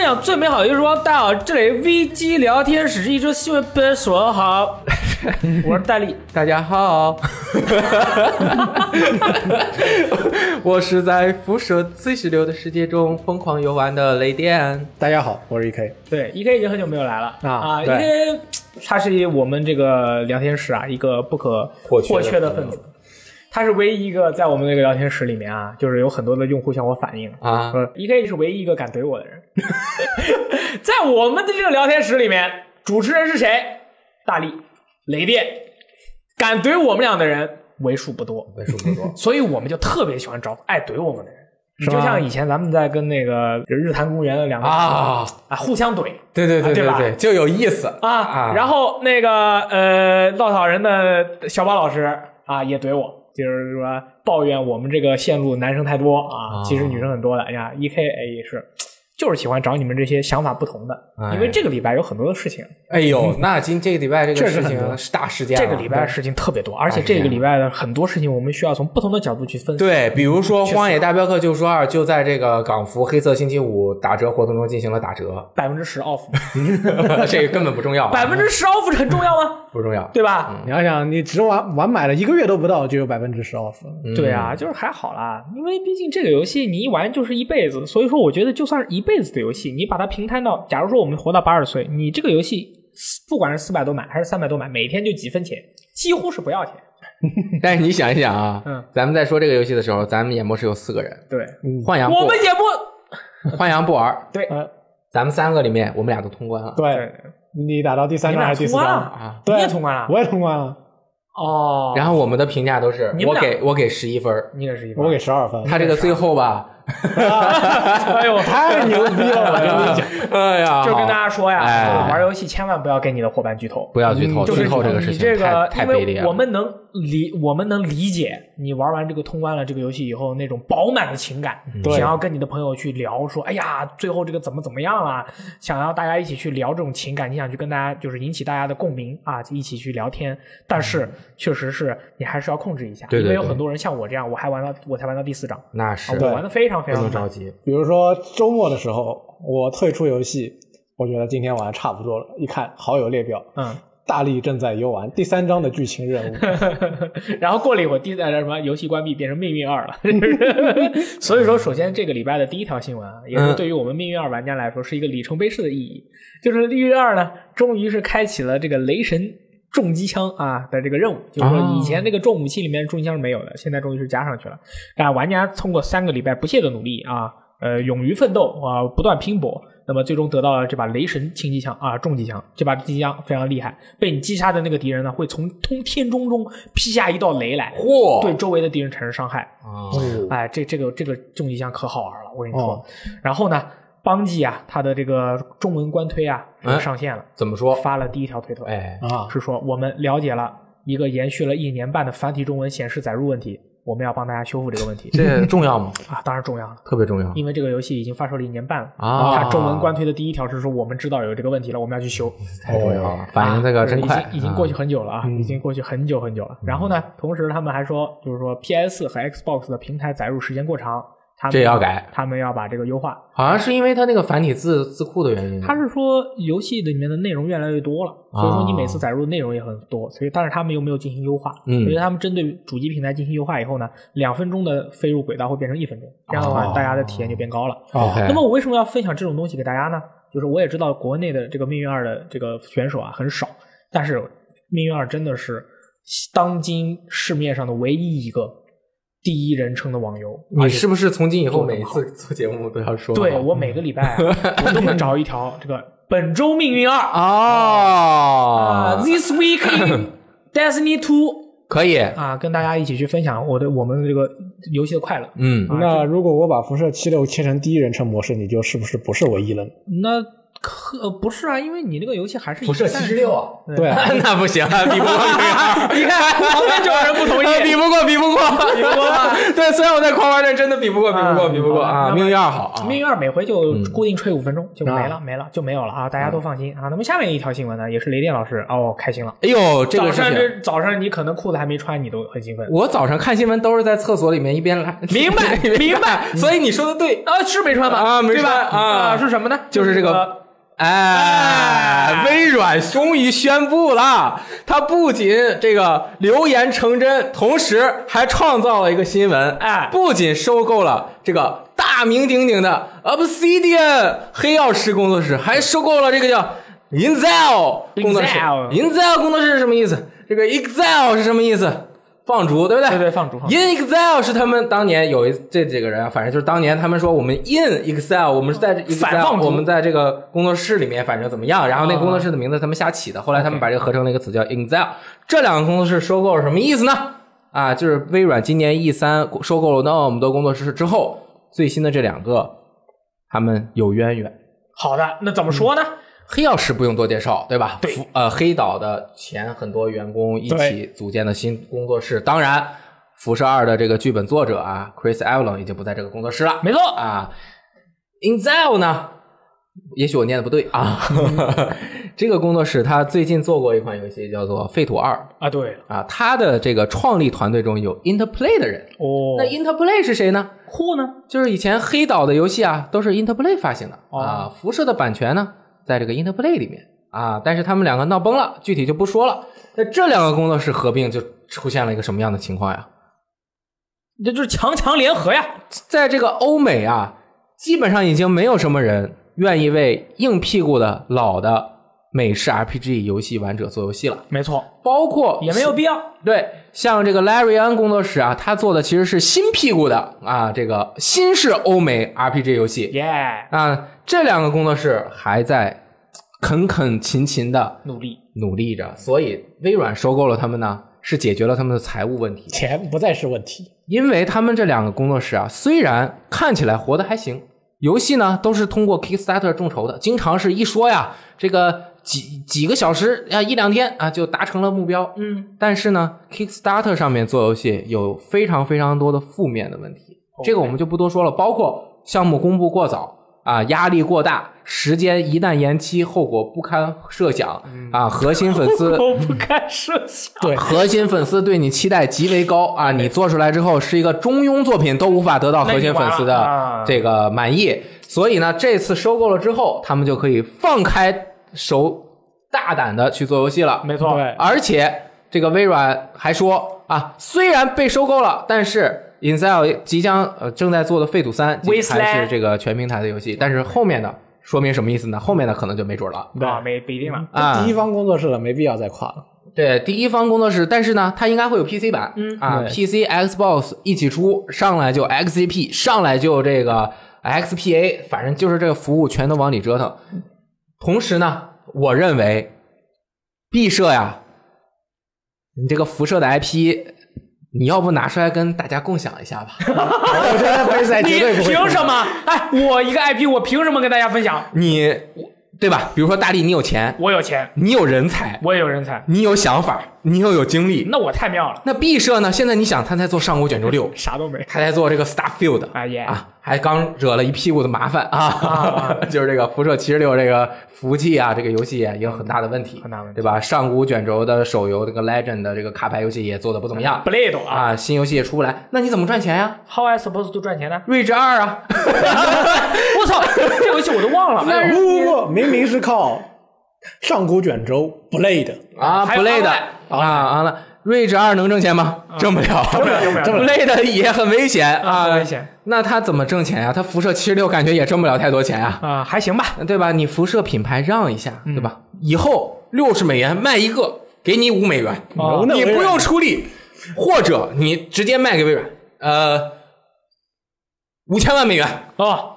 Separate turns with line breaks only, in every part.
享最美好的时光，大家好，这里是 V G 聊天室，一周新闻本所好，我是戴笠。
大 家好，我是在辐射最石流的世界中疯狂游玩的雷电。
大家好，我是 EK。
对，E K 已经很久没有来了
啊
啊，E
对
K 他是我们这个聊天室啊一个不可
或缺的
或缺的分子，他是唯一一个在我们那个聊天室里面啊，就是有很多的用户向我反映
啊
说 E K 是唯一一个敢怼我的人， 在我们的这个聊天室里面，主持人是谁？大力、雷电，敢怼我们俩的人为数不多。。
为数不多
所以我们就特别喜欢找爱怼我们的人。你
吧
就像以前咱们在跟那个日坛公园的两个
啊，
啊互相怼
对对对
啊对吧
对，就有意思
啊，然后那个呃稻草人的小宝老师啊也怼我，就是说抱怨我们这个线路男生太多啊，
啊
其实女生很多的。哎呀，E K 哎也是，就是喜欢找你们这些想法不同的，
哎
因为这个礼拜有很多的事情，
哎呦，
嗯
那今这个礼拜这个
确实
事
很
情
多
是大事件了，啊
这个礼拜
对
事情特别多，而且
哎是这
这
样
个礼拜的很多事情我们需要从不同的角度去分析。
对，比如说《荒野大镖客：救赎二》就在这个港服黑色星期五打折活动中进行了打折，
百分之十 off，
这个根本不重要，啊
百分之十 off 很重要吗？
不重要。
对吧？
你要想，你只晚晚买了一个月都不到，就有百分之十 off。
嗯
对，啊，就是还好啦，因为毕竟这个游戏你一玩就是一辈子，所以说我觉得就算是一辈子的游戏，你把它平摊到，假如说我们活到八十岁，你这个游戏四不管是四百多买还是三百多买，每天就几分钱，几乎是不要钱。
但是你想一想啊，
嗯
咱们在说这个游戏的时候，咱们演播室有四个人，
对，
换阳
我们
不
也不
换阳不玩，
对
呃
咱们三个里面我们俩都通关了。
对，你打到第三
你
章还
俩
是第
通
四
关
章？
了，
对
你也通关了，
我也通关了，
哦，
然后我们的评价都是
你们
我
俩
给我给十一分儿，
你也是一般
我给十二分。
他这个最后吧，
哎呦，
太牛逼了！我跟你讲，
哎呀，
就跟大家说呀，
哎
就是玩游戏千万不要给你的伙伴剧透。
不要剧透，
就是
剧哦透这个事
你
情
这
太
个，
太
因
卑劣
为
了。
我们能理，我们能理解你玩完这个通关了这个游戏以后那种饱满的情感，
嗯
对
想要跟你的朋友去聊，说哎呀，最后这个怎么怎么样啦，想要大家一起去聊这种情感，你想去跟大家就是引起大家的共鸣啊，一起去聊天。但是确实是你还是要控制一下，
嗯对对
因为有
对
很多人像我这样，我还玩到我才玩到第四章，啊
那是
我玩的非常非
不
常
能
慢
着急，
比如说周末的时候，我退出游戏，我觉得今天玩差不多了，一看好友列表，
嗯，
大力正在游玩第三章的剧情任务。
然后过了一会儿，第呃什么游戏关闭变成命运二了。 所以说，首先这个礼拜的第一条新闻啊，也是对于我们命运二玩家来说是一个里程碑式的意义，就是命运二呢，终于是开启了这个雷神。重机枪啊的这个任务，就是说以前那个重武器里面重机枪是没有的，现在终于是加上去了。但玩家通过三个礼拜不懈的努力啊，呃，勇于奋斗啊、不断拼搏，那么最终得到了这把雷神轻机枪啊，重机枪。这把机枪非常厉害，被你击杀的那个敌人呢，会从通天中中劈下一道雷来，
嚯，
对周围的敌人产生伤害。
啊，
哎，这这个这个重机枪可好玩了，我跟你说。
哦
然后呢，邦记啊，它的这个中文官推啊
嗯
上线了，
怎么说？
发了第一条推特，
哎，
啊，
是说我们了解了一个延续了一年半的繁体中文显示载入问题，我们要帮大家修复这个问题
这 重要吗？
啊，当然重要了。
特别重要
因为这个游戏已经发售了一年半了
啊
它中文官推的第一条是说我们知道有这个问题了，我们要去修。
太重
哦
要了，嗯啊反应这个真快嗯
啊，已经已经过去很久了啊，
嗯
已经过去很久很久了。然后呢，同时他们还说，就是说 PS 和 Xbox 的平台载入时间过长，他们
这也要改
他们要把这个优化。
好像是因为它那个繁体字字库的原因。
他是说游戏里面的内容越来越多了，
啊
所以说你每次载入的内容也很多，所以但是他们又没有进行优化，
嗯
所以他们针对主机平台进行优化以后呢，两分钟的飞入轨道会变成一分钟，这样的话
哦
大家的体验就变高了。
OK
那么我为什么要分享这种东西给大家呢？就是我也知道国内的这个命运二的这个选手啊很少，但是命运二真的是当今市面上的唯一一个第一人称的网游。
你是不是从今以后每次做节目都要说？
对我每个礼拜、啊、 我都会找一条这个本周命运二啊
哦，
，This Week in Destiny Two
可以，
啊，跟大家一起去分享我的我们的这个游戏的快乐。
嗯，
那如果我把辐射七六切成第一人称模式，你就是不是不是唯一了呢？
那可呃不是啊，因为你那个游戏还是
辐射七十六啊，
对啊，
那不行，啊，比不过这个。
你看旁边就有人不 同意，
啊比不过，比不过， 比
不过。
对，虽然我在狂玩，但真的比不过，比不过，
啊
比不过
好吧
啊！
那
命运二好啊，
命运二每回就
嗯
固定吹五分钟，就没了，
啊
没了，就没有了啊！大家都放心啊。那么下面一条新闻呢，也是雷电老师哦，开心了。
哎呦，这
早
个事
上
情，嗯
这早上你可能裤子还没穿，你都很兴奋。
我早上看新闻都是在厕所里 面一边拉，
明白明白，
所以你说的对，
啊，是没穿吧？
啊没
对吧
穿啊
是什么呢？
就是这个
呃
哎，微软终于宣布了，它不仅这个留言成真，同时还创造了一个新闻，
哎
不仅收购了这个大名鼎鼎的 Obsidian 黑曜石工作室，还收购了这个叫 Inzel 工作室。
Inzel
Inzel 工作室是什么意思？这个 Excel 是什么意思？放逐，对不对？
对对放逐放逐
In Excel 是他们当年有一这几个人啊，反正就是当年他们说我们 In Excel，我们是在这 Excel，
反放逐
我们在这个工作室里面，反正怎么样。然后
哦
那个工作室的名字是他们瞎起的，后来他们把这个合成了一个词叫 In Excel。这两个工作室收购是什么意思呢？啊，就是微软今年 E 三收购了那么多工作室之后，最新的这两个，他们有渊源。
好的，那怎么说呢？
黑曜石不用多介绍，对吧？
对
福，呃，黑岛的前很多员工一起
对
组建的新工作室，当然，《辐射二》的这个剧本作者啊，Chris Avlon 已经不在这个工作室了
没错，
啊。Inzel 呢，也许我念的不 对啊，这个工作室他最近做过一款游戏叫做《废土二
啊，对了》，
啊，他的这个创立团队中有 Interplay 的人，
哦，
那 Interplay 是谁呢？
酷呢？
就是以前黑岛的游戏啊，都是 Interplay 发行的、
哦
啊，辐射的版权呢，在这个 Interplay 里面啊，但是他们两个闹崩了，具体就不说了。那这两个工作室合并就出现了一个什么样的情况呀？
这就是强强联合呀！
在这个欧美啊，基本上已经没有什么人愿意为硬屁股的老的美式 RPG 游戏玩者做游戏了，
没错，
包括
也没有必要。
对，像这个 Larry 安工作室啊，他做的其实是新屁股的啊，这个新式欧美 RPG 游戏，
耶，
啊，这两个工作室还在恳恳勤勤的
努力
努力着，所以微软收购了他们呢，是解决了他们的财务问题，
钱不再是问题。
因为他们这两个工作室啊，虽然看起来活得还行，游戏呢都是通过 Kickstarter 众筹的，经常是一说呀，这个几几个小时啊，一两天啊就达成了目标，
嗯，
但是呢，Kickstarter 上面做游戏有非常非常多的负面的问题，这个我们就不多说了，包括项目公布过早啊，压力过大，时间一旦延期，后果不堪设想啊，核心粉丝
我不敢设想。
对，
核心粉丝对你期待极为高啊！你做出来之后是一个中庸作品，都无法得到核心粉
那
丝
你完了
的
啊
这个满意。所以呢，这次收购了之后，他们就可以放开手，大胆的去做游戏了。
没错，
对
而且这个微软还说啊，虽然被收购了，但是 Insel 即将呃正在做的《废土三》
Wasteland
还是这个全平台的游戏，但是后面的说明什么意思呢？后面的可能就没准了。
啊，没不一定了。
啊，
第一方工作室了，没必要再夸了。
对，第一方工作室，但是呢，它应该会有 PC 版，嗯啊
对
，PC、Xbox 一起出，上来就 XGP，上来就这个 XPA，反正就是这个服务全都往里折腾。同时呢，我认为毕设呀，你这个辐射的 IP，你要不拿出来跟大家共享一下 吧？
我觉得回
哎
赛
你
绝对不会。
凭什么？哎，我一个 IP，我凭什么跟大家分享？
你对吧？比如说大力，你有钱，
我有钱，
你有人才，
我也有人才，
你有想法，你又有精力。
那我太妙了，
那毕设呢？现在你想，他在做《上古卷轴六》，
啥都没。
他在做这个 Starfield，
哎呀
啊，还刚惹了一屁股的麻烦啊
啊，
就是这个辐射七十六这个服务器啊，这个游戏啊也有很大的问题，
很大问题
对吧？上古卷轴的手游这个 Legend 的这个卡牌游戏也做的不怎么样
Blade 啊
啊，新游戏也出不来，那你怎么赚钱呀？
，How I supposed to 赚钱呢？
睿智二啊，
我操，这游戏我都忘了。哎呦
不不不，明明是靠上古卷轴 Blade，
啊
还有
，Blade
Online
啊啊了。睿智二能挣钱吗？挣不了，挣
不了挣不了
Blade 也很危险
啊
啊，
很危险。
那他怎么挣钱呀？他辐射七十六感觉也挣不了太多钱啊。
啊，还行吧。
对吧？你辐射品牌让一下，对吧？
嗯
以后六十美元卖一个，给你五美元，
哦
你不用出力，或者你直接卖给微软，呃，五千万美元，
哦，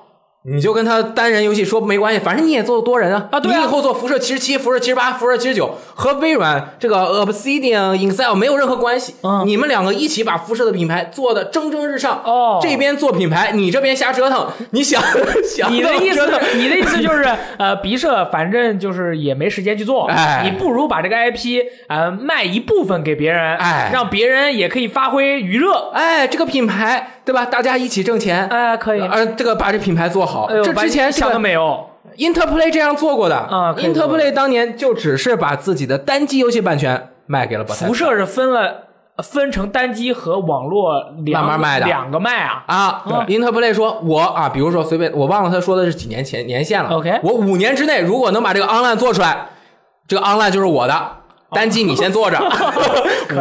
你就跟他单人游戏说没关系，反正你也做多人啊
啊对啊
你以后做辐射七十七、辐射七十八、辐射七十九，和微软这个 Obsidian、Excel 没有任何关系。
嗯
你们两个一起把辐射的品牌做的蒸蒸日上。
哦
这边做品牌，你这边瞎折腾，你想想
你的意
折腾
思，你的意思就是，呃，鼻社反正就是也没时间去做，
哎
你不如把这个 IP 呃卖一部分给别人，
哎
让别人也可以发挥余热，
哎，这个品牌对吧？大家一起挣钱，
哎，可以，
呃，这个把这品牌做好。
哎呦，
这
把
之前是
想
个
的美哦，
Interplay 这样做过的
啊可以做
，Interplay 当年就只是把自己的单机游戏版权卖给了博泰
哦辐射是分了分成单机和网络两
慢慢卖的
两个卖啊，
啊
啊
，Interplay 说，我啊，比如说随便，我忘了他说的是几年前年限了。
OK
我五年之内如果能把这个 online 做出来，这个 online 就是我的，单机你先 做着。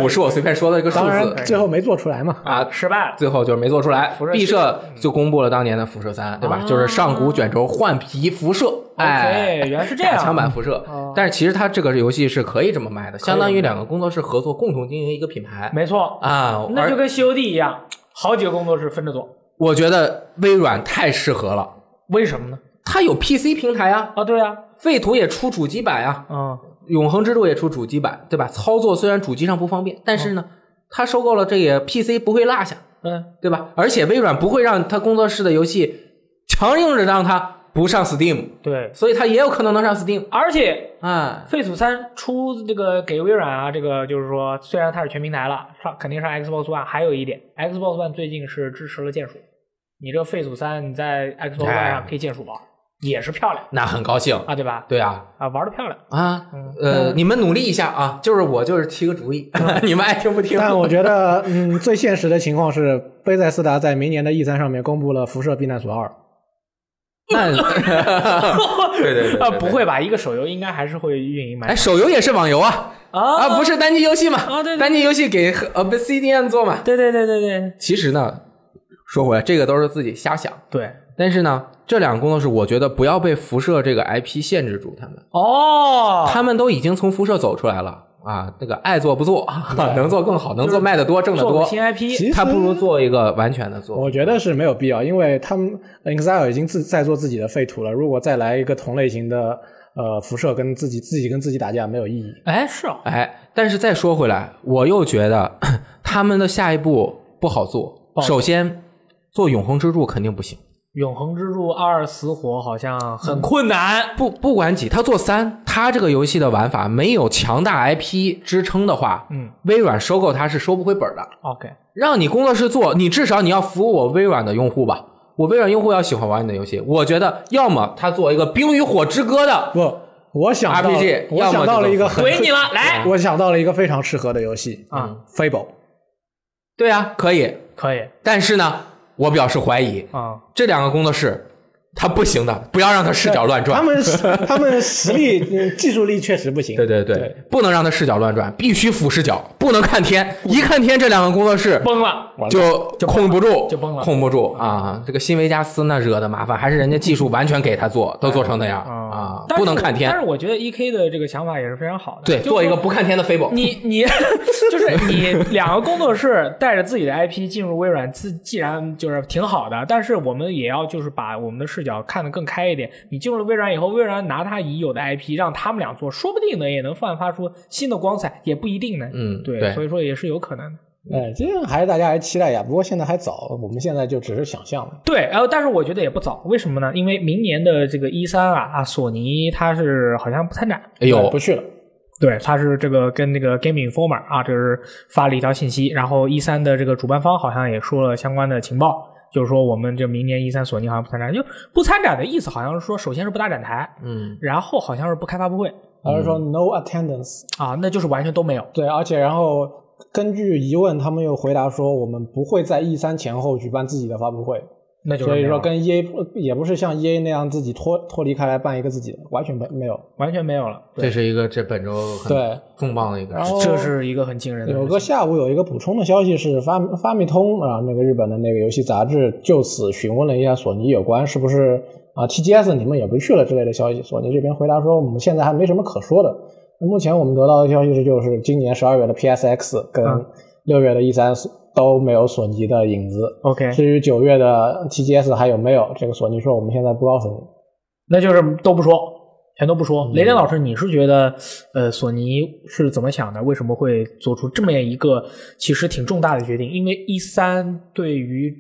五是我随便说的一个数
当
字
然最后没做出来嘛。
啊。
失败了，
最后就是没做出来
辐射，嗯
毕设就公布了当年的辐射三，对吧？就是上古卷轴换皮辐射，哎，
原来是这
加
样哦
强版辐射。但是其实它这个游戏是可以这么卖的，相当于两个工作室合作共同经营一个品牌
没错，
啊。
那
而
就跟 COD 一样，好几个工作室分着做，
我觉得微软太适合了，
为什么呢？
它有 PC 平台啊，
啊，对啊，
废土也出主机版啊，
嗯，
永恒之路也出主机版，对吧？操作虽然主机上不方便，但是呢，
哦
它收购了这也 PC 不会落下，
嗯，
对吧？而且微软不会让它工作室的游戏强硬着让它不上 Steam，
对，
所以它也有可能能上 Steam。
而且
哎，
废土三出这个给微软啊，这个就是说，虽然它是全平台了，上肯定上 Xbox One。还有一点，Xbox One 最近是支持了键鼠，你这个废土三你在 Xbox One
哎
上可以键鼠玩，也是漂亮
那很高兴。
啊，对吧？
对啊，
啊，玩的漂亮，
啊，呃，你们努力一下啊，就是我就是提个主意， 你们爱听不听。
但我觉得，嗯，最现实的情况是，贝塞斯达在明年的 E 3上面公布了《辐射避难所二》，
那对对对对
啊，不会吧？一个手游应该还是会运营
哎，
蛮
手游也是网游啊啊，不是单机游戏嘛？
啊对对对
单机游戏给呃 Obsidian 做嘛？
对对对对对
其实呢，说回来，这个都是自己瞎想。
对，
但是呢，这两个工作室，我觉得不要被辐射这个 IP 限制住他们，
哦，
他们都已经从辐射走出来了啊。那个爱做 不做，能做更好，能做卖得多，挣得
做个
多。
新 IP，
其实
他不如做一个完全的做。
我觉得是没有必要，因为他们 Exile 已经自在做自己的废土了，如果再来一个同类型的呃辐射跟自己自己跟自己打架没有意义。
哎，是哦，
哎，但是再说回来，我又觉得 他们的下一步不好做。
不好做
首先，做永恒之柱肯定不行。
永恒之柱二死火好像很困难，
不不管几，他做三，他这个游戏的玩法没有强大 IP 支撑的话，
嗯
微软收购它是收不回本的。
，OK，
让你工作室做，你至少你要服务我微软的用户吧。我微软用户要喜欢玩你的游戏，我觉得要么他做一个《冰与火之歌》的，
不，我想到
RPG
我想到了一个很
怼你了，来
我想到了一个非常适合的游戏嗯
啊，
，Fable。
对啊，可以。
可以
但是呢，我表示怀疑，
啊，
这两个工作室他不行的，不要让他视角乱
他
转。
们他们实 力、嗯技术力确实不行。
对对对，
对
不能让他视角乱转，必须俯视角，不能看天。一看天，这两个工作室
崩了，
就控不住，
就崩了
控不住啊！这个新维加斯那惹的麻烦，还是人家技术完全给他做，都做成那样啊，
嗯但是
不能看天
但。是我觉得 E K 的这个想法也是非常好的，
对，
就是
做一个不看天的 Fable。
你你就是你两个工作室带着自己的 IP 进入微软，自既然就是挺好的，但是我们也要就是把我们的视角看得更开一点。你进入了微软以后，微软拿它已有的 IP 让他们俩做，说不定呢也能焕发出新的光彩，也不一定呢。
嗯
对，
对
所以说也是有可能的。
哎，这样还是大家还期待呀。不过现在还早，我们现在就只是想象了。
对，然后但是我觉得也不早，为什么呢？因为明年的这个一三啊啊，索尼它是好像不参展，
哎呦
不，去了。
对，他是这个跟那个 Game Informer 啊，这是发了一条信息，然后一三的这个主办方好像也说了相关的情报，就是说我们这明年一三索尼好像不参展，就不参展的意思好像是说，首先是不搭展台，
嗯，
然后好像是不开发布会
还是说 no attendance？
啊，那就是完全都没有。
对，而且然后根据疑问，他们又回答说，我们不会在 E 3前后举办自己的发布会，
那就是
所
没
以
有
说跟 EA 不也不是像 EA 那样自己脱脱离开来办一个自己的，完全没没有。
完全没有了，
这是一个这本周很
对
重磅的一个
然。后
这是一个很惊人的
有
事
个
情。
下午有一个补充的消息是发发米通啊，那个日本的那个游戏杂志就此询问了一下索尼有关是不是啊 TGS 你们也不去了之类的消息，索尼这边回答说我们现在还没什么可说的。目前我们得到的消息是，就是今年十二月的 PSX 跟
嗯
六月的 E 三都没有索尼的影子。
OK，
至于九月的 TGS 还有没有，这个索尼说我们现在不告诉
哦
你。
那就是都不说，全都不说。雷电老师，你是觉得呃，索尼是怎么想的？为什么会做出这么一个其实挺重大的决定？因为 E 三对于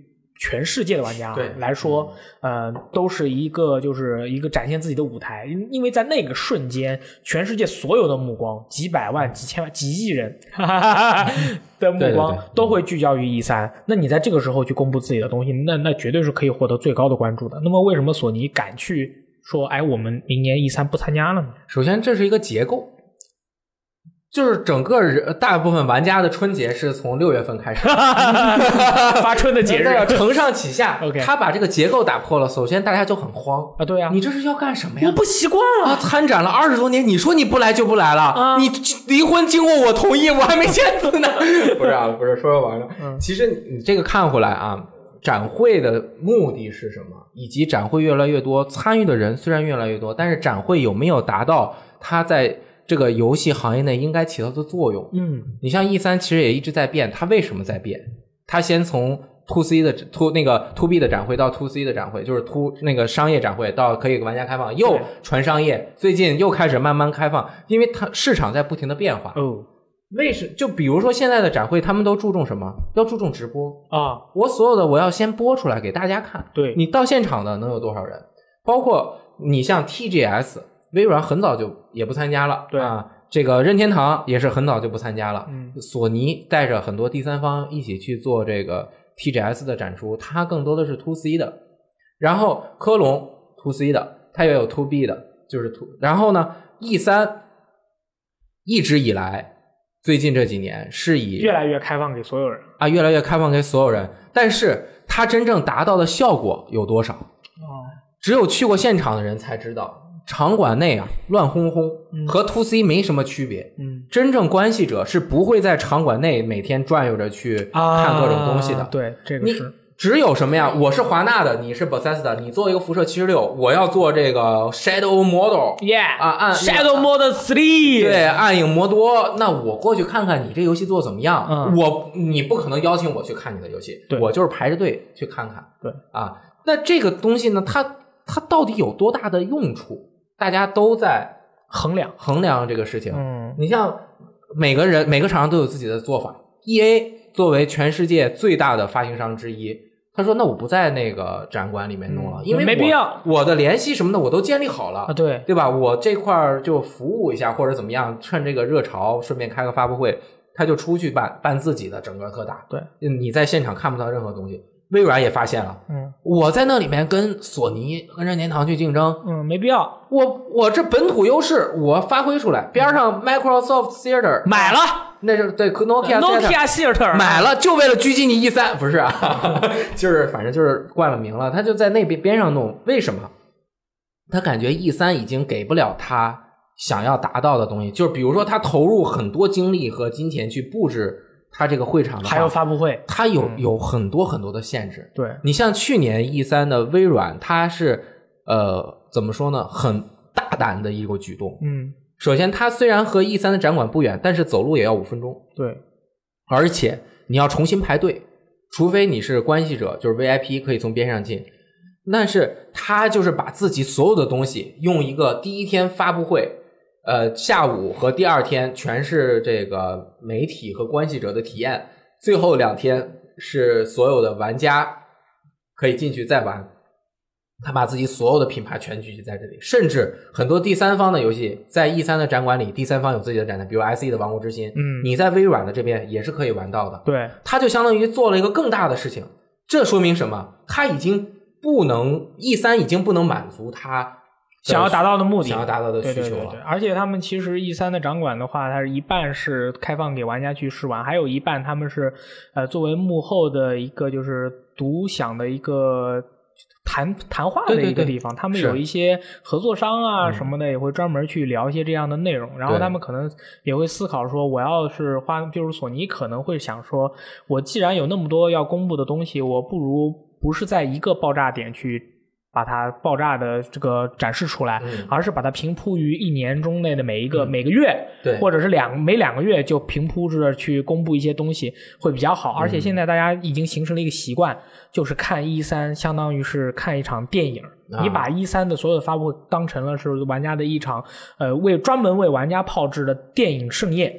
全世界的玩家
对
来说，呃，都是一个就是一个展现自己的舞台，因因为在那个瞬间，全世界所有的目光，几百万、几千万、几亿人 的目
对对
光
对
都会聚焦于 E 三。那你在这个时候去公布自己的东西，那那绝对是可以获得最高的关注的。那么为什么索尼敢去说，哎，我们明年 E 三不参加了呢？
首先，这是一个结构，就是整个人呃大部分玩家的春节是从六月份开 始，
发春的节日
那个承上启下
OK
他把这个结构打破了，首先大家就很慌，
啊，对啊，
你这是要干什么
我
呀？
不习惯
啊，
啊。
参展了二十多年，你说你不来就不来了，
啊
你离婚经过我同意，我还没签字呢。 嗯不是啊，不是，说完了。其实你这个看回来啊，展会的目的是什么，以及展会越来越多，参与的人虽然越来越多，但是展会有没有达到它在这个游戏行业内应该起到的作用？
嗯
你像 E 三其实也一直在变，它为什么在变？它先从 to C 的 to 那个 to B 的展会到 to C 的展会，就是 to 那个商业展会到可以给玩家开放，又传商业，最近又开始慢慢开放，因为它市场在不停的变化。
哦
为什就比如说现在的展会，他们都注重什么？要注重直播。
啊，
我所有的我要先播出来给大家看，
对，
你到现场的能有多少人？包括你像 TGS，微软很早就也不参加了，
对
啊，这个任天堂也是很早就不参加了，
嗯
索尼带着很多第三方一起去做这个 TGS 的展出，它更多的是 to C 的，然后科隆 to C 的，它也有 to B 的，就是 to，然后呢 E 三一直以来。最近这几年是以
越来越开放给所有人。
啊越来越开放给所有人，但是它真正达到的效果有多少？
哦，
只有去过现场的人才知道，场馆内啊乱哄哄，和 to C 没什么区别。
嗯
真正关系者是不会在场馆内每天转悠着去
啊，
看各种东西的。
对，这个
你
是
只有什么呀？我是华纳的，你是 Bethesda，你做一个辐射七十六，我要做这个 Shadow Model，
Yeah
啊按
Shadow Mode Three
对，暗影魔多。那我过去看看你这游戏做得怎么样。
嗯
我你不可能邀请我去看你的游戏
对，
我就是排着队去看看。
对
啊，那这个东西呢，它它到底有多大的用处？大家都在
衡量，
衡量这个事情。
嗯
你像每个人每个厂商都有自己的做法。E A 作为全世界最大的发行商之一，他说：“那我不在那个展馆里面弄了，
嗯
因为
没
我
必要。
我的联系什么的我都建立好了
啊，对，
对吧？我这块儿就服务一下或者怎么样，趁这个热潮顺便开个发布会，他就出去办办自己的整个特大。嗯
对，
你在现场看不到任何东西。微软也发现了，
嗯
我在那里面跟索尼、跟任天堂去竞争，
嗯，没必要
我我这本土优势我发挥出来，边上 Microsoft Theater
买了
那是对 Nokia Theater
Nokia Theater
买了，就为了狙击你 E 三，不是啊， 就是反正就是冠了名了，他就在那边边上弄，为什么？他感觉 E 三已经给不了他想要达到的东西，就是比如说他投入很多精力和金钱去布置他这个会场的话，
还有发嗯布会，
他有有很多很多的限制，
对，
你像去年 E 三的微软，它是呃怎么说呢，很大胆的一个举动。
嗯
首先，它虽然和 E 三的展馆不远，但是走路也要五分钟，
对，
而且你要重新排队，除非你是关系者，就是 VIP 可以从边上进。但是他就是把自己所有的东西用一个第一天发布会，呃，下午和第二天全是这个媒体和关系者的体验，最后两天是所有的玩家可以进去再玩。他把自己所有的品牌全聚集在这里，甚至很多第三方的游戏在 E 三的展馆里，第三方有自己的展台，比如 SE 的《王国之心》，
嗯
你在微软的这边也是可以玩到的。
对，
他就相当于做了一个更大的事情，这说明什么？他已经不能 E 三已经不能满足他的
想要达到的目的，
想要达到的
对
需
对
求啊
对
了
对，。而且他们其实 E 三的掌管的话，它是一半是开放给玩家去试玩，还有一半他们是呃作为幕后的一个就是独享的一个。谈谈话的
对对
一个
对
地方，他们
是
有一些合作商啊
嗯
什么的，也会专门去聊一些这样的内容。然后
对
他们可能也会思考说，我要是花，就是索尼可能会想说，我既然有那么多要公布的东西，我不如不是在一个爆炸点去把它爆炸的这个展示出来，
嗯
而是把它平铺于一年中内的每一个、每个月，
对
或者是两每两个月就平铺着去公布一些东西会比较好。而且现在大家已经形成了一个习惯，就是看一三相当于是看一场电影。
啊
你把一三的所有的发布会当成了是玩家的一场，呃，为专门为玩家炮制的电影盛宴，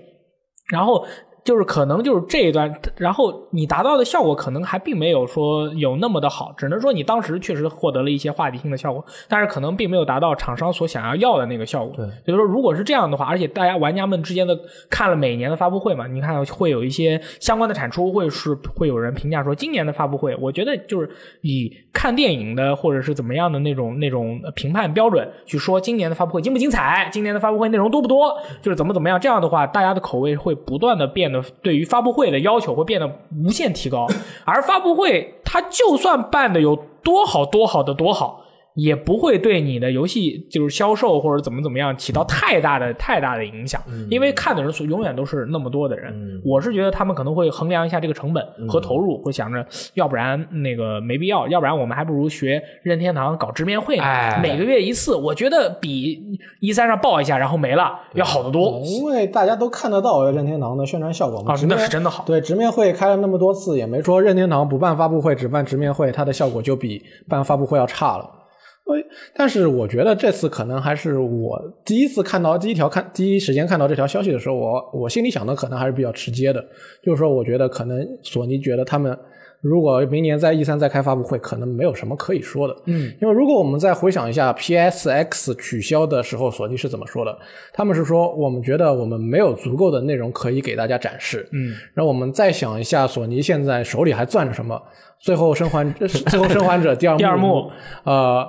然后就是可能就是这一段，然后你达到的效果可能还并没有说有那么的好，只能说你当时确实获得了一些话题性的效果，但是可能并没有达到厂商所想要要的那个效果。
对
所以说如果是这样的话，而且大家玩家们之间的看了每年的发布会嘛，你看会有一些相关的产出，会是会有人评价说今年的发布会，我觉得就是以看电影的或者是怎么样的那种那种呃评判标准去说今年的发布会精不精彩，今年的发布会内容多不多，就是怎么怎么样。这样的话，大家的口味会不断的变得对于发布会的要求会变得无限提高，而发布会它就算办的有多好多好的多好。也不会对你的游戏就是销售或者怎么怎么样起到太大的太大的影响，因为看的人数永远都是那么多的人。
嗯
我是觉得他们可能会衡量一下这个成本和投入，会想着要不然那个没必要，要不然我们还不如学任天堂搞直面会呢，
哎
每个月一次，我觉得比一三上报一下然后没了要好得多
嗯。因为大家都看得到任天堂的宣传效果嘛。
啊
直，面
那是真的好。
对，直面会开了那么多次，也没说任天堂不办发布会，只办直面会，它的效果就比办发布会要差了。所以但是我觉得这次可能还是我第一次看到第一条看第一时间看到这条消息的时候，我我心里想的可能还是比较直接的，就是说我觉得可能索尼觉得他们如果明年在 E 3再开发布会，可能没有什么可以说的。
嗯，
因为如果我们再回想一下 PSX 取消的时候，索尼是怎么说的？他们是说我们觉得我们没有足够的内容可以给大家展示。
嗯，
然后我们再想一下，索尼现在手里还攥着什么？最后 生还，最后生还者第二幕，
第二幕，
呃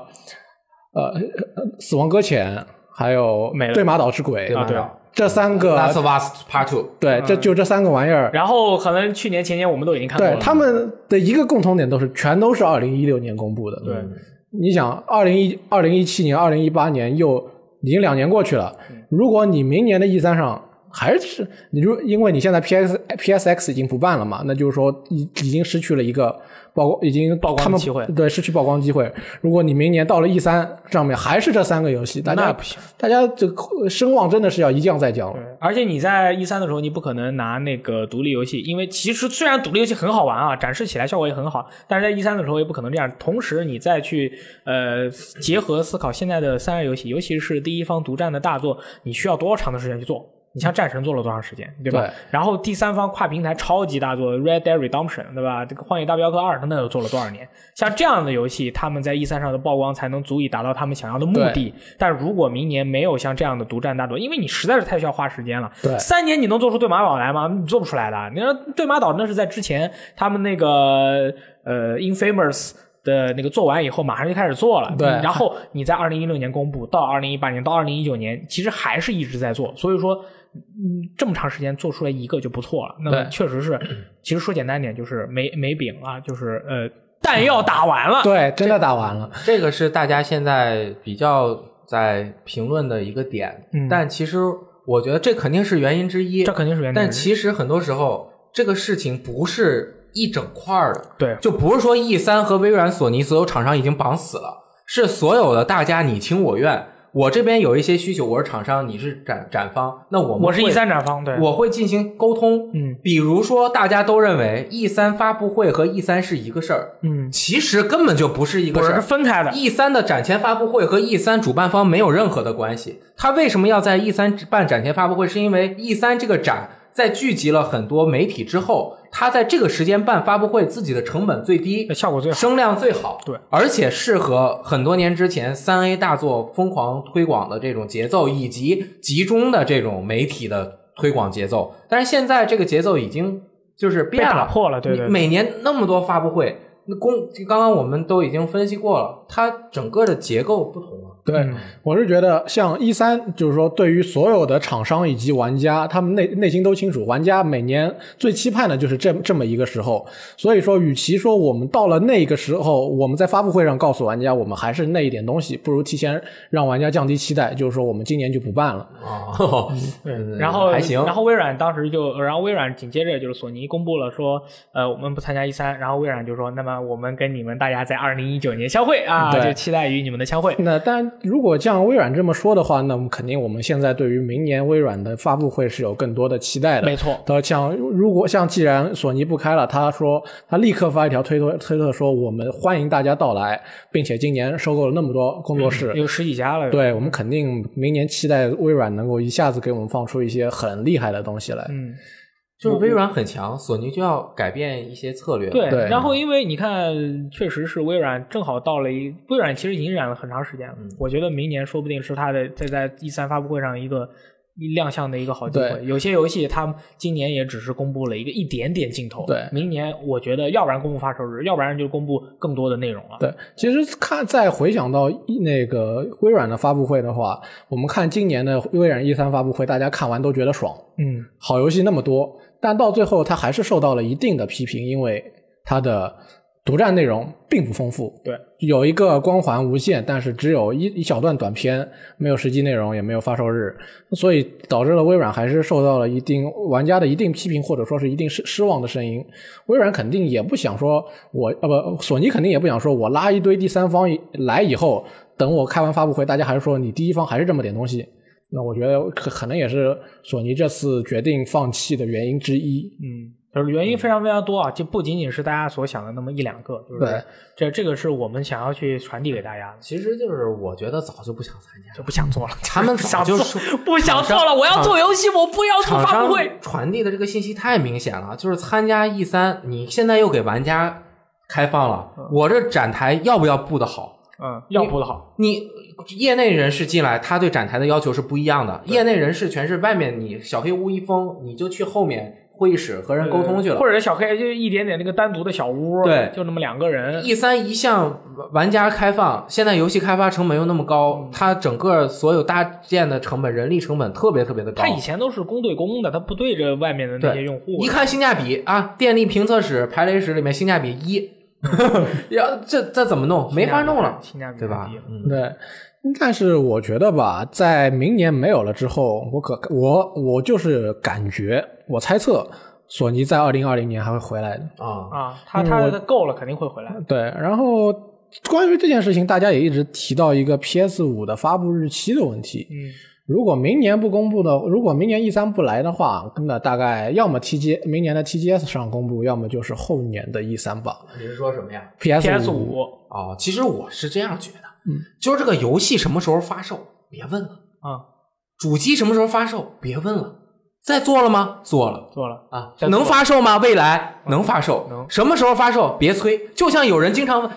呃，死亡搁浅，还有
没了
对马岛之鬼，
啊对
这三个，
Last of Us Part Two，
对，这就这三个玩意儿。
然后可能去年前年我们都已经看过
对
了。
他们的一个共同点都是，全都是二零一六年公布的。嗯
对，
你想，二零一二零一七年、二零一八年又已经两年过去了，
嗯
如果你明年的 E 三上还是你如，因为你现在 PS PSX 已经不办了嘛，那就是说已已经失去了一个曝光，已经
曝光
他们
机会
对，失去曝光机会。如果你明年到了 E 三上面还是这三个游戏，大
那
家
不行。
大家这个声望真的是要一降再降了。
对而且你在一三的时候，你不可能拿那个独立游戏，因为其实虽然独立游戏很好玩啊，展示起来效果也很好，但是在一三的时候也不可能这样。同时，你再去呃结合思考现在的三 A 游戏，尤其是第一方独占的大作，你需要多长的时间去做？你像战神做了多长时间，对吧？
对
然后第三方跨平台超级大作《Red Dead Redemption》，对吧？这个《荒野大镖客二》，它那又做了多少年？像这样的游戏，他们在 E 三上的曝光才能足以达到他们想要的目的。但如果明年没有像这样的独占大作，因为你实在是太需要花时间了，
对
三年你能做出对马岛来吗？你做不出来的。你说对马岛那是在之前他们那个呃 Infamous。的那个做完以后，马上就开始做了。
对
然后你在二零一六年公布，到二零一八年，到二零一九年，其实还是一直在做。所以说，嗯，这么长时间做出来一个就不错了。那么
对
确实是，其实说简单点就是没没饼了，就是呃弹药打完了。
对，真的打完了。
这个是大家现在比较在评论的一个点，
嗯
但其实我觉得这肯定是原因之一，
这肯定是原因之一
但其实很多时候这个事情不是一整块儿的，
对
就不是说 E 三和微软、索尼所有厂商已经绑死了，是所有的大家你情我愿。我这边有一些需求，我是厂商，你是展展方，那我们
我是
会
一三展方，对，
我会进行沟通。
嗯
比如说大家都认为 E 三发布会和 E 三是一个事儿，
嗯，
其实根本就不是一个
我
事
是
儿。
分开的。
E 三的展前发布会和 E 三主办方没有任何的关系。他为什么要在 E 三办展前发布会？是因为 E 三这个展在聚集了很多媒体之后，他在这个时间办发布会，自己的成本最低，
效呃果最好
声量最好，
对，
而且适合很多年之前三 A 大作疯狂推广的这种节奏，以及集中的这种媒体的推广节奏。但是现在这个节奏已经就是
被
变
打
了，
破了，啊对
你
对对，
每年那么多发布会，那公刚刚我们都已经分析过了，它整个的结构不同啊。
对，
嗯
我是觉得像一三，就是说对于所有的厂商以及玩家，他们内内心都清楚，玩家每年最期盼的就是这这么一个时候。所以说，与其说我们到了那个时候，我们在发布会上告诉玩家我们还是那一点东西，不如提前让玩家降低期待，就是说我们今年就不办了。
哦， 对
然后
还行，
然后微软当时就，然后微软紧接着就是索尼公布了说，呃，我们不参加一三，然后微软就说，那么么我们跟你们大家在二零一九年相会啊，
对
就期待于你们的相会。
那但如果像微软这么说的话，那我们肯定我们现在对于明年微软的发布会是有更多的期待的。
没错，
他呃像如果像既然索尼不开了，他说他立刻发一条推特推特说我们欢迎大家到来，并且今年收购了那么多工作室，嗯
有十几家了。
对我们肯定明年期待微软能够一下子给我们放出一些很厉害的东西来。
嗯，
就是微软很强，索尼就要改变一些策略了。
对。
对
然后因为你看，确实是微软正好到了一，微软其实隐忍了很长时间了。我觉得明年说不定是它的在在 E 三发布会上一个。亮相的一个好机会，
对
有些游戏它今年也只是公布了一个一点点镜头，
对
明年我觉得要不然公布发售日，要不然就公布更多的内容了。
对，其实看再回想到一那个微软的发布会的话，我们看今年的微软 E 三发布会，大家看完都觉得爽，
嗯，
好游戏那么多，但到最后它还是受到了一定的批评，因为它的独占内容并不丰富。
对，
有一个光环无限，但是只有一一小段短片，没有实际内容，也没有发售日，所以导致了微软还是受到了一定玩家的一定批评，或者说是一定失失望的声音。微软肯定也不想说我呃不，索尼肯定也不想说我拉一堆第三方一来以后，等我开完发布会，大家还是说你第一方还是这么点东西。那我觉得可可能也是索尼这次决定放弃的原因之一。
嗯，就是原因非常非常多啊，就不仅仅是大家所想的那么一两个，就是
对
这这个是我们想要去传递给大家的，
其实就是我觉得早就不想参加
就
了，
不想做了，
他们
想
早
做
就说
不想做了，我要做游戏，我不要做
厂
发
商
布会。
传递的这个信息太明显了，就是参加 E 三，你现在又给玩家开放了，我这展台要不要布的好？
嗯，要不的好，
你业内人士进来，他对展台的要求是不一样的。业内人士全是外面你小黑屋一封，你就去后面会议室和人沟通去了
嗯或。者小黑就一点点那个单独的小屋，
对
就那么两个人，
E 三一向玩家开放，现在游戏开发成本又那么高，它整个所有搭建的成本、人力成本特别特别的高
他。以前都是公对公的，他不对着外面的那些
对
用户
一。看性价比啊，电力评测室、排雷室里面性价比 一，要这这怎么弄？没法弄了，
性价比
对吧
太低了？
嗯，
对，但是我觉得吧，在明年没有了之后，我可我我就是感觉，我猜测索尼在二零二零年还会回来的。
啊，
啊，他
嗯
他
我
他够了，肯定会回
嗯
来。
对，然后关于这件事情，大家也一直提到一个 PS 五的发布日期的问题。
嗯，
如果明年不公布的，如果明年 E 三不来的话，那大概要么 TG 明年的 TGS 上公布，要么就是后年的 E 三吧。
你是说什么呀？
PS
PS 五
五
哦，其实我是这样觉得，
嗯，
就是这个游戏什么时候发售，别问了；
啊，
主机什么时候发售，别问了。在做了吗？做了
做了，
啊，
在做
能发售吗？未来能发售，
能
什么时候发售？别催。就像有人经常问，《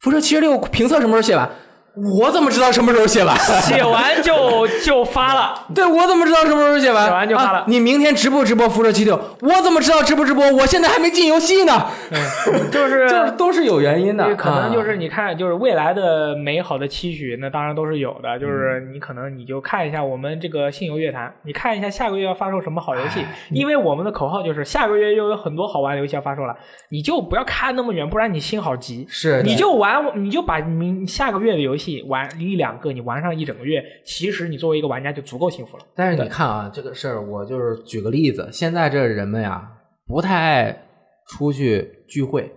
辐射七十六》评测什么时候写完？我怎么知道什么时候写完？
写完就就发了。
对我怎么知道什么时候写完？
写完就发了
啊你明天直不直播《辐射七六》？我怎么知道直不直播？我现在还没进游戏呢。
嗯，就是
就是都是有原因的，
这可能就
啊
是你看，就是未来的美好的期许，那当然都是有的。就是你可能你就看一下我们这个信游乐坛，你看一下下个月要发售什么好游戏
哎，
因为我们的口号就是下个月又有很多好玩的游戏要发售了，你就不要看那么远，不然你心好急。
是
你
的
就玩，你就把明下个月的游戏玩一两个，你玩上一整个月，其实你作为一个玩家就足够幸福了。
但是你看啊，这个事儿，我就是举个例子，现在这人们呀，不太爱出去聚会，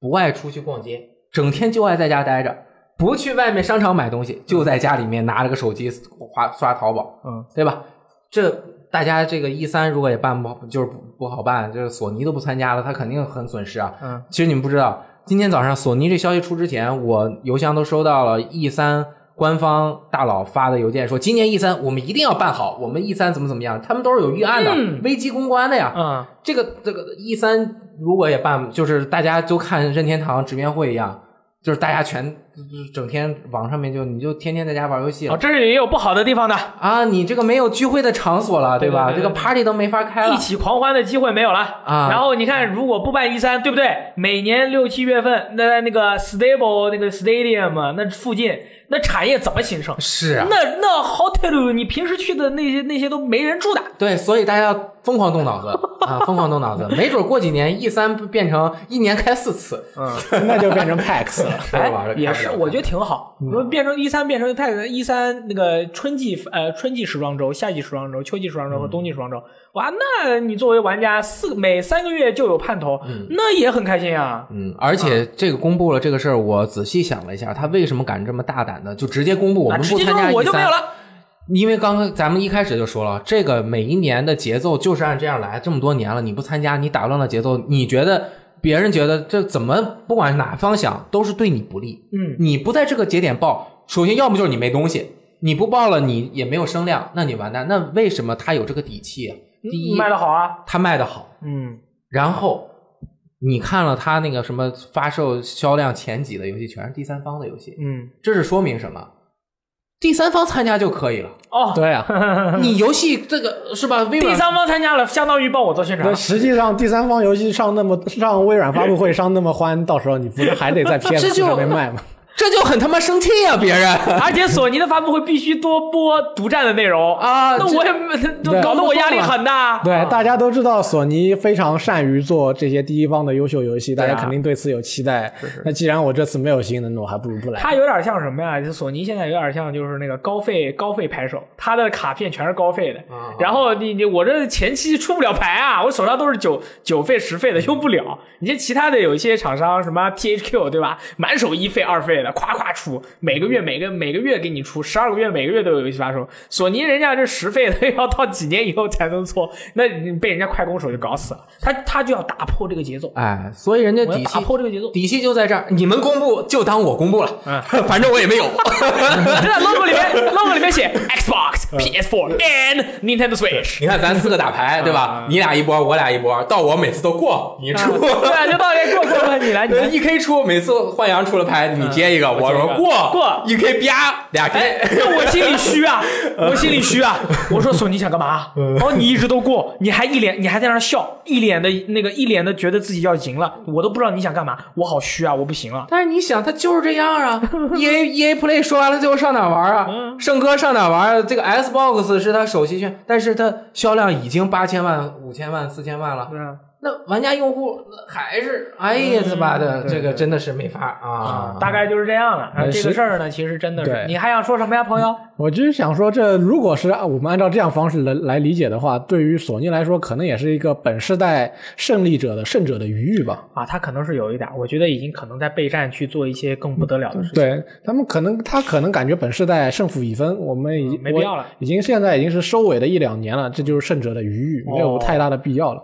不爱出去逛街，整天就爱在家待着，不去外面商场买东西，就在家里面拿着个手机刷刷淘宝，
嗯，
对吧？这大家这个 E 三如果也办不好，就是不不好办，就是索尼都不参加了，他肯定很损失啊。
嗯，
其实你们不知道，今天早上索尼这消息出之前，我邮箱都收到了 E 三官方大佬发的邮件，说今年 E 三我们一定要办好，我们 E 三怎么怎么样，他们都是有预案的，
嗯
危机公关的呀。
嗯，
这个这个 E 三如果也办，就是大家就看任天堂直面会一样，就是大家全整天网上面就你就天天在家玩游戏了、
哦，这是也有不好的地方的，
啊，你这个没有聚会的场所了，
对
吧？
对对
这个 party 都没法开了
一。起狂欢的机会没有了
啊
然后你看，如果不办 E 三，对不对？每年六七月份，那那个 stable 那个 stadium 那附近，那产业怎么兴盛？
是啊，
那那 hotel 你平时去的那些那些都没人住的，
对，所以大家要疯狂动脑子，啊，疯狂动脑子，没准过几年 E 三变成一年开四次，
嗯，
那就变成 PAX 了。
是吧
哎，也是，我觉得挺好。如果
嗯
变成一三，变成太一三那个春季呃春季时装周、夏季时装周、秋季时装
嗯
周和冬季时装周，哇，那你作为玩家四每三个月就有盼头，那也很开心啊。
嗯，而且这个公布了这个事儿，我仔细想了一下，他为什么敢这么大胆的就直接公布我
啊，
们
直
不
接
参
就是
加
我
E
就没有
三？
了。
因为刚刚咱们一开始就说了，这个每一年的节奏就是按这样来，这么多年了，你不参加，你打乱了节奏，你觉得别人觉得这怎么不管哪方想都是对你不利，
嗯，
你不在这个节点报，首先要么就是你没东西，你不报了你也没有声量，那你完蛋。那为什么他有这个底气啊？第一，
卖的好啊，
他卖的好，
嗯，
然后你看了他那个什么发售销量前几的游戏，全是第三方的游戏，
嗯，
这是说明什么？第三方参加就可以了。
哦，
对啊，
你游戏这个是吧？微
第
软
三方参加了，相当于帮我做宣传
那。实际上第三方游戏上那么上微软发布会上那么欢，到时候你不是还得在 PS
就
上面卖吗？
这就很他妈生气啊！别人
而且索尼的发布会必须多播独占的内容，
啊，
那
这
我也没
对
搞得我压力很大。
对，大家都知道索尼非常善于做这些第一方的优秀游戏，大
对
家
啊
肯定对此有期待。那既然我这次没有新的，那我还不如不来。
它有点像什么呀？就索尼现在有点像就是那个高费高费牌手，它的卡片全是高费的。
啊
然后你你我这前期出不了牌啊，我手上都是九九费十费的，
嗯
用不了。你这其他的有一些厂商什么 THQ 对吧，满手一费二费的，夸夸出，每个月
嗯
每个每个月给你出，十二个月每个月都有游戏发售。索尼人家这十费的要到几年以后才能做，那你被人家快攻手就搞死了。他他就要打破这个节奏，
哎，所以人家
我要
底
打
气
破这个节奏。
底气就在这儿，你们公布就当我公布了，
嗯
反正我也没有。
真的 logo 里 面 logo 里面写 Xbox、PS4
嗯
and Nintendo Switch。
你看咱四个打牌对吧？你俩一波，我俩一波，到我每次都过，你
啊
出。
对，啊就到这过过过，你来，你 来。
一 K 出，每次换阳出了牌，你接一个，嗯我
接一
说
个
过
过
一 K 啪俩 K，
哎，那我心里虚啊，
嗯
我心里虚啊。我说索尼想干嘛？然后你一直都过，你还一脸，你还在那儿笑，一脸的那个，一脸的觉得自己要赢了，我都不知道你想干嘛，我好虚啊，我不行了。
但是你想，他就是这样 啊！E A E A Play 说完了，最后上哪玩啊？圣哥上哪玩啊？这个 Xbox 是他首席炫，但是它销量已经八千万、五千万、四千万了。
嗯，
那玩家用户还是哎呀，这妈的，
对
这个
对
真的是没法啊！
大概就是这样了。啊
呃
这个
是
事儿呢，其实真的是
对，
你还想说什么呀，朋友？
我就是想说，这如果是啊按我们按照这样方式来来理解的话，对于索尼来说，可能也是一个本世代胜利者的胜者的余欲吧。
啊，他可能是有一点，我觉得已经可能在备战去做一些更不得了的事情。
对他们可能，他可能感觉本世代胜负已分，我们已经
嗯没必要了，
我已经现在已经是收尾的一两年了，这就是胜者的余
哦
欲，没有太大的必要了。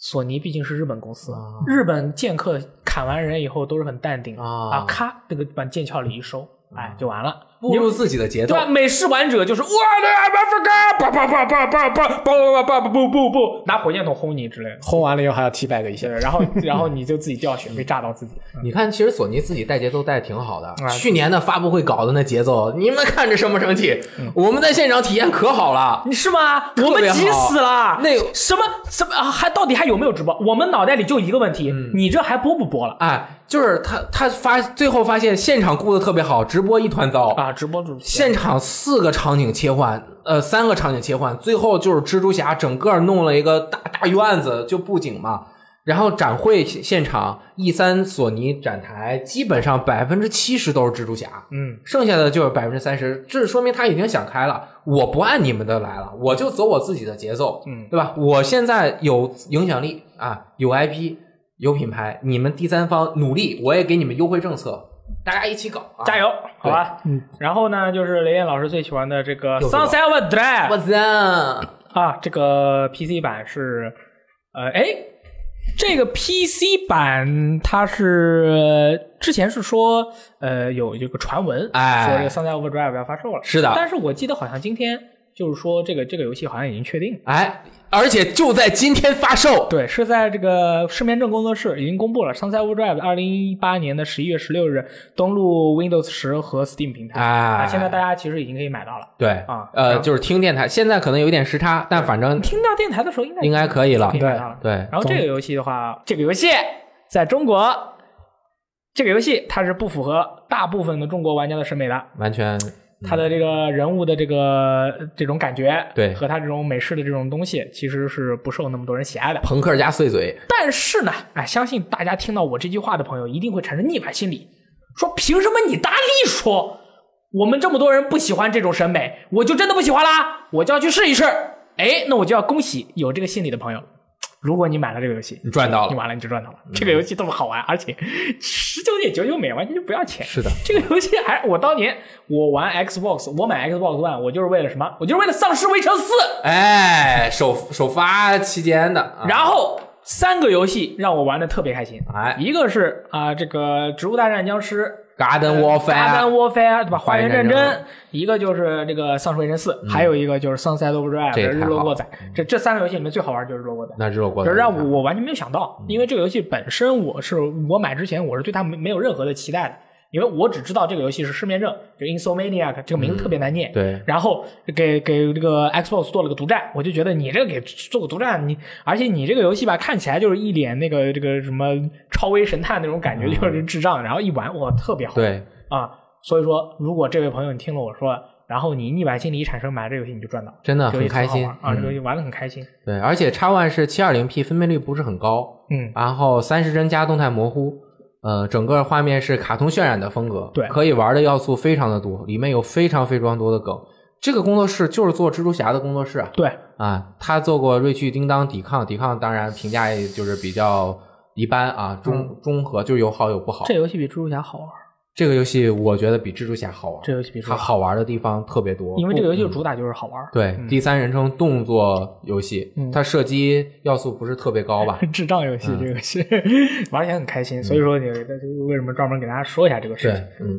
索尼毕竟是日本公司，日本剑客砍完人以后都是很淡定
啊
啊，咔，这个把剑鞘里一收，哎，就完了。
步入自己的节奏
对，吧？美式玩者就是我的 Africa，叭叭叭叭叭叭叭叭叭叭不不不，拿火箭筒轰你之类的。
轰完了以后还要 T back 一下
对，，然后然后你就自己掉血，被炸到自己。
你看，其实索尼自己带节奏带得挺好的。去年的发布会搞的那节奏，嗯你们看着生不生气？我们在现场体验可好了。
你是吗？
别
我们急
好
死了。
那
什么什么啊？还到底还有没有直播？我们脑袋里就一个问题，你这还播不播了？
哎，就是他他发最后发现现场顾的特别好，直播一团糟。
啊，直播主
现场四个场景切换，呃，三个场景切换，最后就是蜘蛛侠整个弄了一个大大院子，就布景嘛。然后展会现场，E 三索尼展台基本上百分之七十都是蜘蛛侠，
嗯，
剩下的就是百分之三十。这说明他已经想开了，我不按你们的来了，我就走我自己的节奏，
嗯，
对吧？我现在有影响力啊，有 IP，有品牌，你们第三方努力，我也给你们优惠政策，大家一起搞，啊、
加！油，好吧。然后呢，就是雷燕老师最喜欢的这个《
嗯又是我
Sunset Overdrive》
我操！
啊，这个 PC 版是，呃，哎，这个 PC 版它是呃之前是说，呃，有这个传闻，
哎
说这个《Sunset Overdrive》要发售了，
是的
但是我记得好像今天就是说这个这个游戏好像已经确定了。
哎，而且就在今天发售。
对，是在这个市面正工作室已经公布了《Sunset Overdrive》二零一八年的十一月十六日登陆 Windows 十和 Steam 平台
啊
啊，现在大家其实已经可以买到了。
对
啊然
呃，
后
就是听电台，现在可能有点时差，但反正
听到电台的时候应该
应该可以了
可以。买到了。
对，
然后这个游戏的话，这个游戏在中
嗯
国，这个游戏它是不符合大部分的中国玩家的审美的。
完全
它的这个人物的这个呃这种感觉，
对
和它这种美式的这种东西，其实是不受那么多人喜爱的。
朋克加碎嘴，
但是呢，哎，相信大家听到我这句话的朋友，一定会产生逆反心理，说凭什么你大力说我们这么多人不喜欢这种审美，我就真的不喜欢啦，我就要去试一试。哎，那我就要恭喜有这个心理的朋友，如果你买了这个游戏
你，赚到
你
了。
完了，你就赚到了。
嗯
这个游戏这么好玩，而且十九点九九美完全就不要钱。
是的，
这个游戏还我当年我玩 Xbox，我买 Xbox One，我就是为了什么？我就是为了丧尸围城四。
哎，首首发期间的，啊
然后三个游戏让我玩的特别开心。
哎
一个是啊、这个《植物大战僵尸》。
Garden
大单
Warfare，
窝飞啊，对吧？花园战
花园战
争，一个就是这个《丧尸围城四》，还有一个就是《Sunset Overdrive
这》也
日
太
落
好
过
了嗯
仔。这这三个游戏里面最好玩就是日落过仔。
那日落过
就
得
是让
很
我我完全没有想
嗯
到，因为这个游戏本身我是我买之前我是对它没没有任何的期待的，因为我只知道这个游戏是失眠症，就 Insomniac 这个
嗯
名字特别难念。
对
然后给给这个 Xbox 做了个独占，我就觉得你这个给做个独占，你而且你这个游戏吧，看起来就是一脸那个这个什么超威神探那种感觉，就是智障，然后一玩哇特别好
嗯对，
啊。所以说，如果这位朋友你听了我说，然后你逆反心理一产生买这个游戏你就赚到，
真的
这个游戏
很开
好玩
心
啊，这个
嗯
游戏玩的很开心，
对，而且 X One 是 720P，分辨率不是很高，
嗯。
然后三十帧加动态模糊，呃，整个画面是卡通渲染的风格，
对
可以玩的要素非常的多，里面有非常非常多的梗。这个工作室就是做蜘蛛侠的工作室啊，
对，
啊，他做过《瑞趣叮当》《抵抗》，《抵抗》当然评价也就是比较一般啊，中中和，就是有好有不好。
嗯这游戏比蜘蛛侠好玩，
这个游戏我觉得比蜘蛛侠好玩，
这游戏比蜘蛛
它
侠，
好玩的地方特别多，
因为这个游戏
不
的主打就是好玩，
对，第三人称动作游戏，
嗯
它射击要素不是特 别高吧？
智障游戏
嗯
这个游戏 玩起来很开心，所以说也这就是为什么专门给大家说一下这个事
对
情。，
嗯，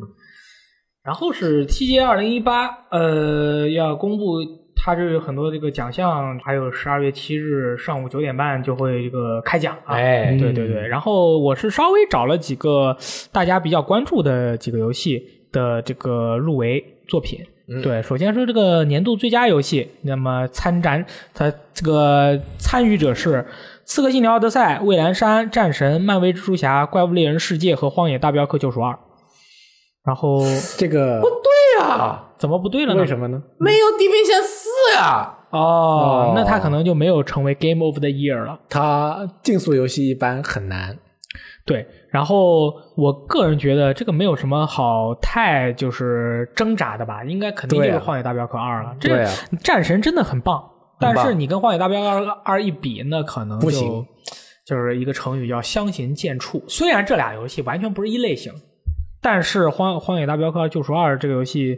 然后是 TGA 二零一八，呃，要公布它这有很多这个奖项，还有十二月七日上午九点半就会这个开奖啊。
哎，
对对对，然后我是稍微找了几个大家比较关注的几个游戏的这个入围作品。
嗯
对，首先说这个年度最佳游戏，那么参展它这个参与者是《刺客信条：奥德赛》、《蔚蓝山》、《战神》、《漫威蜘蛛侠》、《怪物猎人世界》和《荒野大镖客：救赎二》。然后
这个
对呀，
怎么不对了呢？
为什么呢？
没有《地平线四》呀，
哦
哦，
那他可能就没有成为 Game of the Year 了。
它竞速游戏一般很难，
对，然后我个人觉得这个没有什么好太就是挣扎的吧，应该肯定就
对
是
啊
《荒野大镖客二》了。这
对啊
战神真的很棒，但
很棒
是你跟《荒野大镖客二》一比，那可能就
不行。
就是一个成语叫相形见绌。虽然这俩游戏完全不是一类型，但是《荒荒野大镖客：救赎二》这个游戏，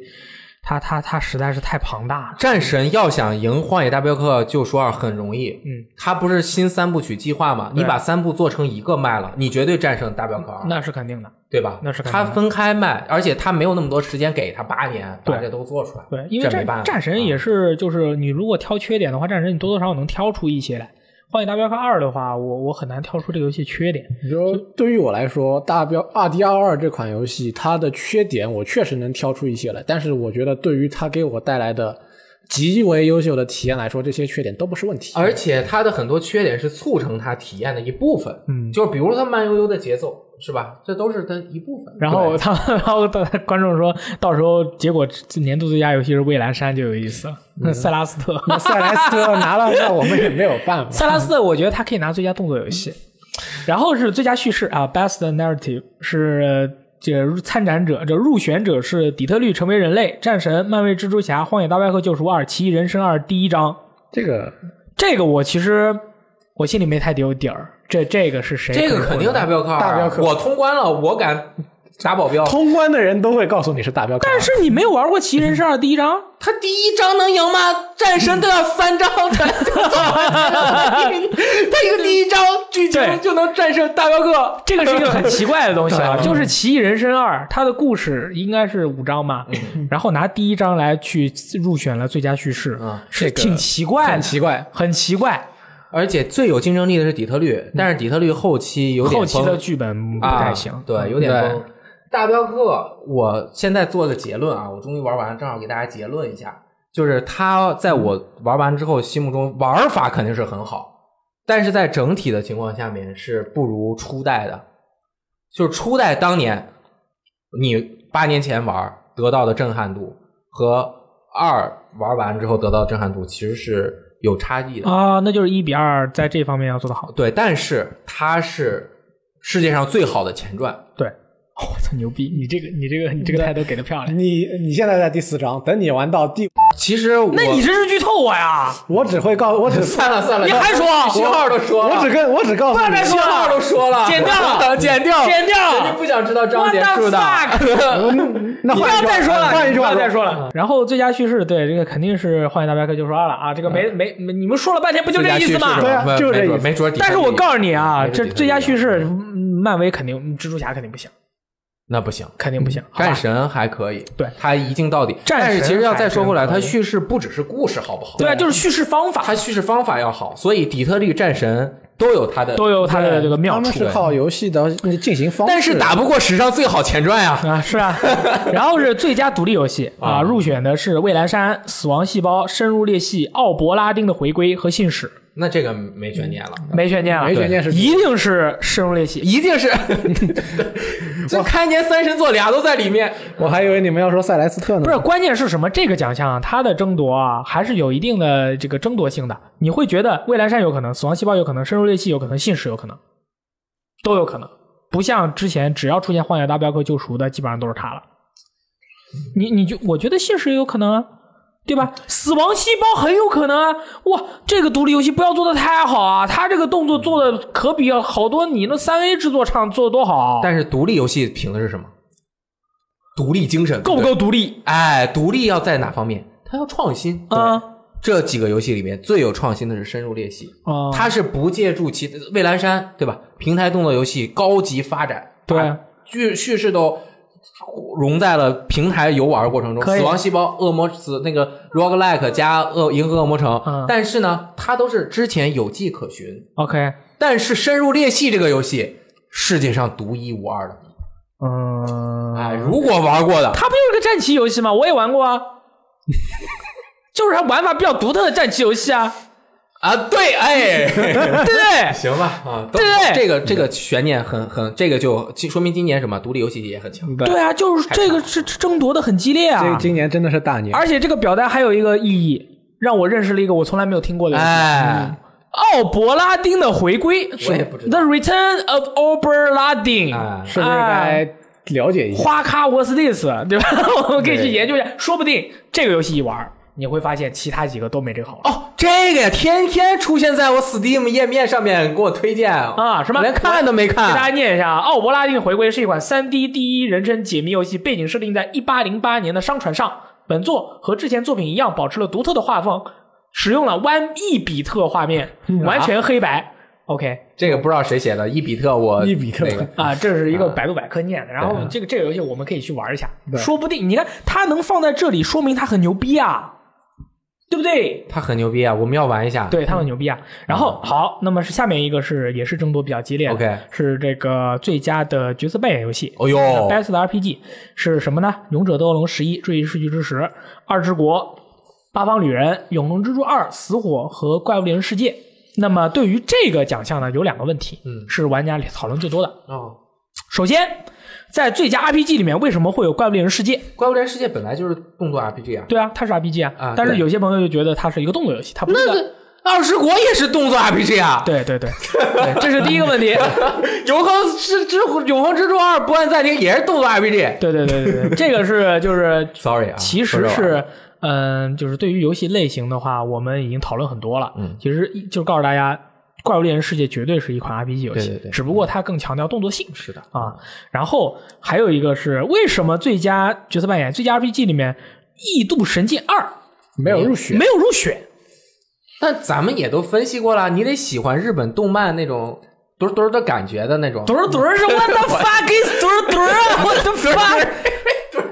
它它它实在是太庞大了。
战神要想赢《荒野大镖客：救赎二》很容易，
嗯，
它不是新三部曲计划嘛？你把三部做成一个卖了，你绝对战胜大镖客二，
那是肯定的，
对吧？
那是肯定
它
的
分开卖，而且它没有那么多时间给它八年把
对
这都做出来，
对，因为
这没
战
办法嗯啊
战神也是，就是你如果挑缺点的话，战神你多多少少能挑出一些来。荒野大镖客二的话，我我很难挑出这个游戏缺点。
你说对于我来说，《大镖二 D 二二》这款游戏，它的缺点我确实能挑出一些来，但是我觉得对于它给我带来的极为优秀的体验来说，这些缺点都不是问题。
而且它的很多缺点是促成它体验的一部分，
嗯
就是比如说它慢悠悠的节奏，是吧？这都是它一部分。
然后他们，然后大观众说到时候结果年度最佳游戏是《蔚蓝山》，就有意思了。
嗯
那 塞拉斯特，
那塞莱斯特拿到，那我们也没有办法。
塞拉斯特，我觉得他可以拿最佳动作游戏，然后是最佳叙事啊，Best Narrative 是这参展者，这入选者是《底特律：成为人类》、《战神》、《漫威蜘蛛侠》、《荒野大镖客：救赎二》、《奇异人生二》第一章。
这个
这个我其实我心里没太有底儿，这这个是谁？
这个肯定大镖客二啊，
大镖客
我通关了，我敢打保镖。
通关的人都会告诉你是大镖客，啊
但是你没有玩过《奇异人生二》第一章，
他第一章能赢吗？战神都要三章才他一个第一章剧
对
情就能战胜大镖客。
这个是一个很奇怪的东西啊，
对
就是《奇异人生二》，它的故事应该是五章嘛，然后拿第一章来去入选了最佳叙事
嗯，
是
这个
挺奇怪
很
的，
奇怪。
很奇怪。
而且最有竞争力的是底特律，但是底特律后期有点
后期的
崩
剧本不
啊，
太行，嗯
对，有点
对
崩。大镖客，我现在做个结论啊，我终于玩完了，正好给大家结论一下，就是它在我玩完之后，心目中玩法肯定是很好，但是在整体的情况下面是不如初代的，就是初代当年你八年前玩得到的震撼度。和二玩完之后得到震撼度其实是有差异的。
啊，那就是一比二在这方面要做得好。
对，但是它是世界上最好的前传。
对， 我操牛逼！你这个你这个你这个态度给的漂亮。
你你现在在第四章，等你玩到第，
其实我
那你这是剧透我呀！
我只会告我只
算了算了，
你还说
信号都说了，
我只跟我只告诉
不要
你
再，
信号都说了，
剪掉
啊 剪掉，
剪掉
人家不想知道章
What
结
the
束的。
fuck？
那
你不
换一
要
句话
再说了，
换一句话
你不要再说了。然后最佳叙事，对这个肯定是《幻影大镖客》就说了啊，这个没没没，你们说了半天不就这意思吗
吧？对啊
没
就是这
没
意
准
思
没准底下
但是我告诉你啊，
没
这
没
最佳叙事，嗯漫威肯定，嗯蜘蛛侠肯定不行，
那不行，
肯定不行。好吧
战神还可以，
对
他一镜到底。
战神
但是其实要再说回
还
来，
真
他
可以
叙事不只是故事好不好，
对啊，就是叙事方法
他叙事方法要好，所以底特律战神都有他的，
都有它的这个妙
他们
处
是靠游戏的进行方式，
但是打不过史上最好前传呀、
啊，是 啊。然后是最佳独立游戏
啊
啊，入选的是《蔚蓝山》《死亡细胞》《深入裂隙》《奥伯拉丁的回归》和《信使》，
那这个没悬念了，
没悬念了，
没悬念是
一定是《深入裂隙》。
一定是这开年三神作俩都在里面。
我还以为你们要说塞莱斯特呢，
不是，关键是什么？这个奖项它的争夺啊，还是有一定的这个争夺性的。你会觉得蔚蓝山有可能，死亡细胞有可能，深入裂隙有可能，信使有可能，都有可能。不像之前只要出现幻影大镖客救赎的，基本上都是他了。你你就我觉得信使也有可能啊，对吧？死亡细胞很有可能啊！哇，这个独立游戏不要做的太好啊，他这个动作做的可比好多你那三 A 制作厂做的多好，啊
但是独立游戏凭的是什么？独立精神
够不？够独立
哎，独立要在哪方面？它要创新。
啊？
这几个游戏里面最有创新的是《深入裂隙》，
啊，
它是不借助其蔚蓝山，对吧？平台动作游戏高级发展，
对啊
把剧叙事都融在了平台游玩过程中。
可以
死亡细胞、恶魔死那个 roguelike 加恶银河恶魔城，
嗯
但是呢，它都是之前有迹可循。
OK，
但是《深入裂隙》这个游戏，世界上独一无二的。
嗯，
哎，如果玩过的，
它不就是个战棋游戏吗？我也玩过 啊，就是它玩法比较独特的战棋游戏啊，
啊，对，哎，
对不对？
行吧， 啊，都
对对对
这个这个悬念很很，这个就其说明今年什么独立游戏也很强。
对啊，就是这个是争夺的很激烈
这
啊，
今年真的是大年，
而且这个表单还有一个意义，让我认识了一个我从来没有听过的游戏。
哎，
奥伯拉丁的回归，是
我也不知道
The Return of Oberladin，、
哎
是不是该了解一下？
啊花咖 What's This，对吧？ 我们可以去研究一下，说不定这个游戏一玩，你会发现其他几个都没这个好玩。
哦，这个呀，天天出现在我 Steam 页面上面给我推荐啊
是吗
连看都没
给大
看。
家念一下啊，《奥伯拉丁回归》是一款 3D 第一人称解谜游戏，背景设定在1808年的商船上。本作和之前作品一样，保持了独特的画风，使用了 one 一比特画面，完全黑白。OK
这个不知道谁写的，伊比特 我
伊比特
那个
啊，这是一个百度百科念的。然后这个这个游戏我们可以去玩一下，
对
说不定你看它能放在这里，说明它很牛逼啊，对不对？
他很牛逼啊，我们要玩一下。
对，它很牛逼啊。然后好，那么是下面一个是也是争夺比较激烈的
OK
是这个最佳的角色扮演游戏。
哦哟，
Best RPG 是什么呢？《勇者斗恶龙十一：追忆逝去之时》、《二之国》、《八方旅人》、《永恒之柱二：死火》和《怪物猎人世界》。那么对于这个奖项呢，有两个问题，
嗯
是玩家里讨论最多的。
哦，
首先，在最佳 RPG 里面，为什么会有《怪物猎人世界》？
怪物猎人世界本来就是动作 RPG 啊，
对啊，它是 RPG 啊，
啊
但是
对
有些朋友就觉得它是一个动作游戏，它不是
那
一个。
个二十国也是动作 RPG 啊。
对对对，对这是第一个问题。
永恒之之永恒之柱二不按暂停也是动作 RPG。
对对对对对，这个是就是。
Sorry 啊，
其
说
实
这玩意儿
是，嗯，就是对于游戏类型的话，我们已经讨论很多了。
嗯
其实就告诉大家，《怪物猎人世界》绝对是一款 RPG 游戏，
对对对
只不过它更强调动作性
是的嗯
啊。然后还有一个是，为什么最佳角色扮演、最佳 RPG 里面，《异度神剑二
没有入》选
没，有入选？
但咱们也都分析过了，你得喜欢日本动漫那种嘚嘚的感觉的那种。
墩儿墩 儿是 what the fuck is 墩儿墩儿啊，what the fuck？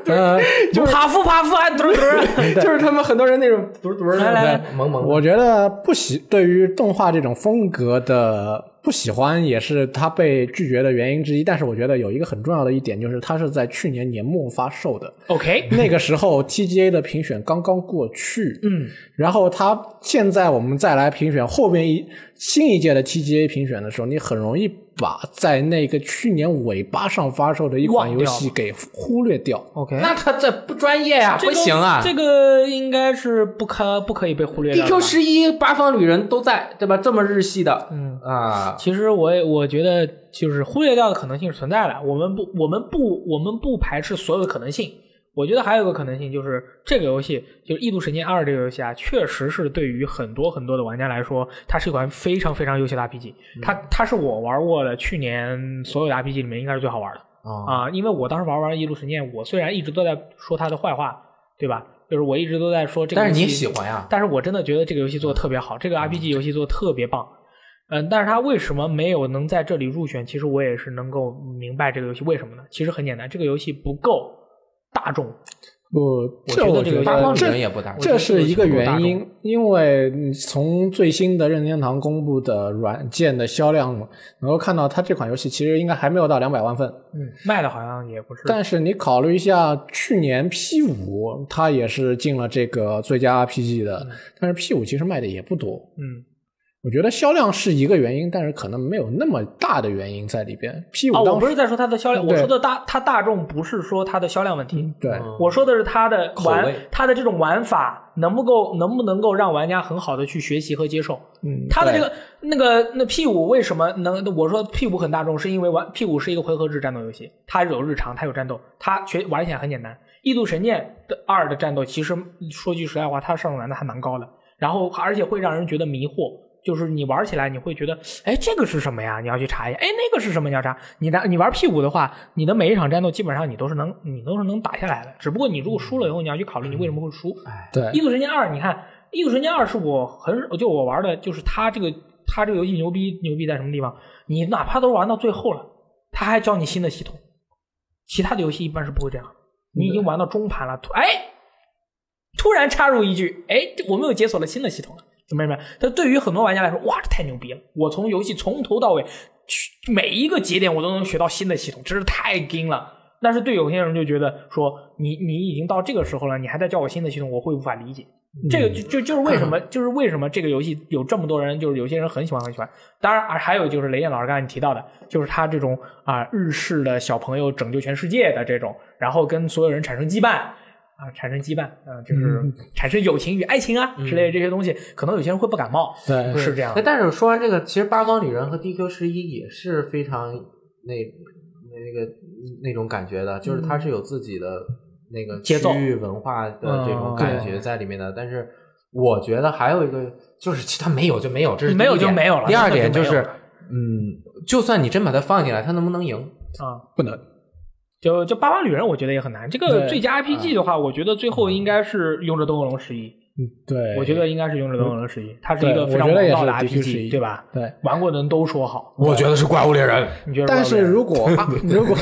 嗯，
爬夫爬夫还啊墩儿墩 儿，
就是他们很多人那种嘟嘟的
来来来
萌萌的。
我觉得不喜对于动画这种风格的不喜欢也是它被拒绝的原因之一。但是我觉得有一个很重要的一点就是，它是在去年年末发售的，
OK，
那个时候 TGA 的评选刚刚过去，
嗯，
然后它现在我们再来评选嗯后面一新一届的 TGA 评选的时候，你很容易把在那个去年尾巴上发售的一款
忘
游
掉
戏给忽略掉。
OK，
那他这不专业呀、
这
不
个
行啊！
这个应该是不可不可以被忽略掉的吧。
DQ 十一八方旅人都在，对吧？这么日系的，
嗯
啊，
其实我也我觉得就是忽略掉的可能性是存在的，我们不我们不我们不排斥所有的可能性。我觉得还有一个可能性就是这个游戏就是《异度神剑二》这个游戏啊，确实是对于很多很多的玩家来说，它是一款非常非常优秀的 RPG。它
嗯
它是我玩过的去年所有的 RPG 里面应该是最好玩的。
哦
啊，
啊，因为我当时玩完《异度神剑》，我虽然一直都在说他的坏话，对吧？就是我一直都在说这个，
但是你喜，欢呀、
但是我真的觉得这个游戏做的特别好，这个 RPG 游戏做的特别棒。嗯，但是它为什么没有能在这里入选？其实我也是能够明白这个游戏为什么呢？其实很简单，这个游戏不够大众。
不，
觉
这
得
我
这
觉
个
八
得
方旅
这
人也不
啊
大，
这是一个原
我觉得这个游戏不
因，因为你从最新的任天堂公布的软件的销量，能够看到它这款游戏其实应该还没有到两百万份。
嗯，卖的好像也不是。
但是你考虑一下，去年 P 五它也是进了这个最佳 RPG 的，但是 P 五其实卖的也不多。
嗯，
我觉得销量是一个原因，但是可能没有那么大的原因在里边。P 五
哦，我
当
不
时、
是在说它的销量，我
对
说的大它大众不是说它的销量问题，
对，
嗯
我说的是它的
口
玩
味，
它的这种玩法能不够能不能够让玩家很好的去学习和接受。
嗯，
它的这
对
个那个那 P 五为什么能？我说 P 五很大众，是因为玩 P 五是一个回合制战斗游戏，它有日常，它有战斗，它学玩起来很简单。《异度神剑》的二的战斗，其实说句实在话，它上手难度还蛮高的，然后而且会让人觉得迷惑。就是你玩起来，你会觉得，哎，这个是什么呀？你要去查一下。哎，那个是什么？你要查。你拿你玩 P 五的话，你的每一场战斗基本上你都是能，你都是能打下来的。只不过你如果输了以后，你要去考虑你为什么会输。《
对
异度神剑二》，你看《异度神剑二》是我很就我玩的，就是它这个它这个游戏牛逼牛逼在什么地方？你哪怕都玩到最后了，它还教你新的系统，其他的游戏一般是不会这样。你已经玩到中盘了，突哎，突然插入一句，哎，我们又解锁了新的系统了，怎么样？怎么样？但对于很多玩家来说，哇，这太牛逼了！我从游戏从头到尾，去每一个节点我都能学到新的系统，真是太硬了。但是对有些人就觉得说，你你已经到这个时候了，你还在教我新的系统，我会无法理解。这
嗯
个就就就是为 什么，就是为什么这个游戏有这么多人，就是有些人很喜欢很喜欢。当然，啊还有就是雷燕老师刚才你提到的，就是他这种啊、日式的小朋友拯救全世界的这种，然后跟所有人产生羁绊。啊，产生羁绊，啊，就是
嗯
产生友情与爱情啊、之类的这些东西，可能有些人会不感冒，
对
是这样的。
那但是说完这个，其实八方旅人和 DQ 十一也是非常那那那个那种感觉的，就是它是有自己的那个
嗯节
区
奏
域文化的这
嗯
种感觉在里面的。但是我觉得还有一个就是，其实它没有就没有，这是
没有
第一点
就没有了
第二点
真的就
就是
没有，
嗯，就算你真把它放进来，它能不能赢？
啊，
不能。
就就八方旅人，我觉得也很难。这个
对啊
最佳 RPG 的话，我觉得最后应该是《勇者斗恶龙十一》，
嗯，对，
我觉得应该是《勇者斗恶龙十一》，它是
对
一个非常
我觉得
王
也
道
是
的
DQ11
RPG，对吧？
对。
玩过的人都说好，
我觉得是怪物猎人。
你觉得？
但是如果、啊、如果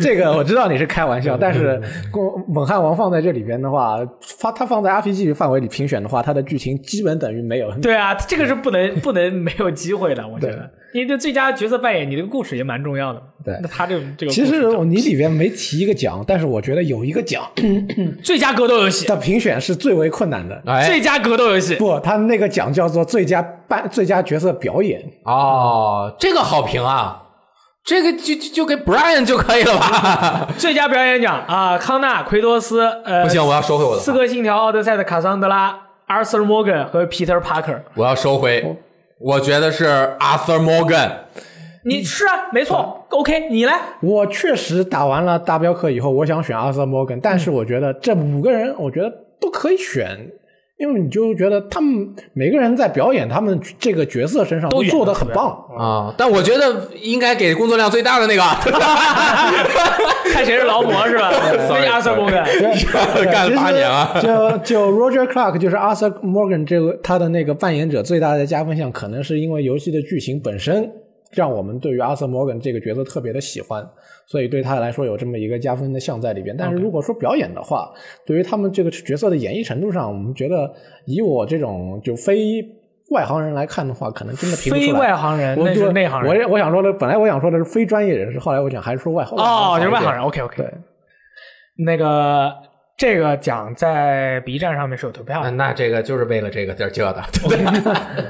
这个我知道你是开玩笑，但是公猛汉王放在这里边的话，发它放在 RPG 范围里评选的话，它的剧情基本等于没有。
对啊，这个是不能不能没有机会的，我觉得，因为这最佳角色扮演，你这个故事也蛮重要的。
对
那他这这个故事
其实你里边没提一个奖，但是我觉得有一个奖
最佳格斗游戏，
的评选是最为困难的。
哎，
最佳格斗游戏，
不，他那个奖叫做最佳扮最佳角色表演。
哦，这个好评啊，这个就就就给 Brian 就可以了 吧？
最佳表演奖啊，康纳、奎多斯，呃，
不行，我要收回我的话，
刺客信条、奥德赛的卡桑德拉、Arthur Morgan 和 Peter Parker。
我要收
哦
回。我觉得是 Arthur Morgan，
你是啊，没错，OK，你来。
我确实打完了大镖客以后，我想选阿瑟摩
嗯
根，但是我觉得这五个人，我觉得都可以选，因为你就觉得他们每个人在表演他们这个角色身上
都演得
做的
特
很
别
棒。
啊，但我觉得应该给工作量最大的那 个，
看谁是劳模是吧？
Sorry，
非 Arthur
sorry
Morgan。
干了啊八年
其
啊
了。
实 就就 Roger Clark 就是阿瑟摩根这个他的那个扮演者最大的加分项，可能是因为游戏的剧情本身让我们对于阿瑟摩根这个角色特别的喜欢，所以对他来说有这么一个加分的项在里边。但是如果说表演的话，对于他们这个角色的演绎程度上，我们觉得以我这种就非外行人来看的话，可能真的评不
非
出来。
外行人，
我
那是
对
内行
我
人
也我想说的，本来我想说的是非专业人士，后来我想还是说外行
哦，就是外行
好一点
人。OK OK，
对，
那个这个奖在 B 站上面是有投票
啊
嗯
那
的，
那这个就是为了这个地儿叫的，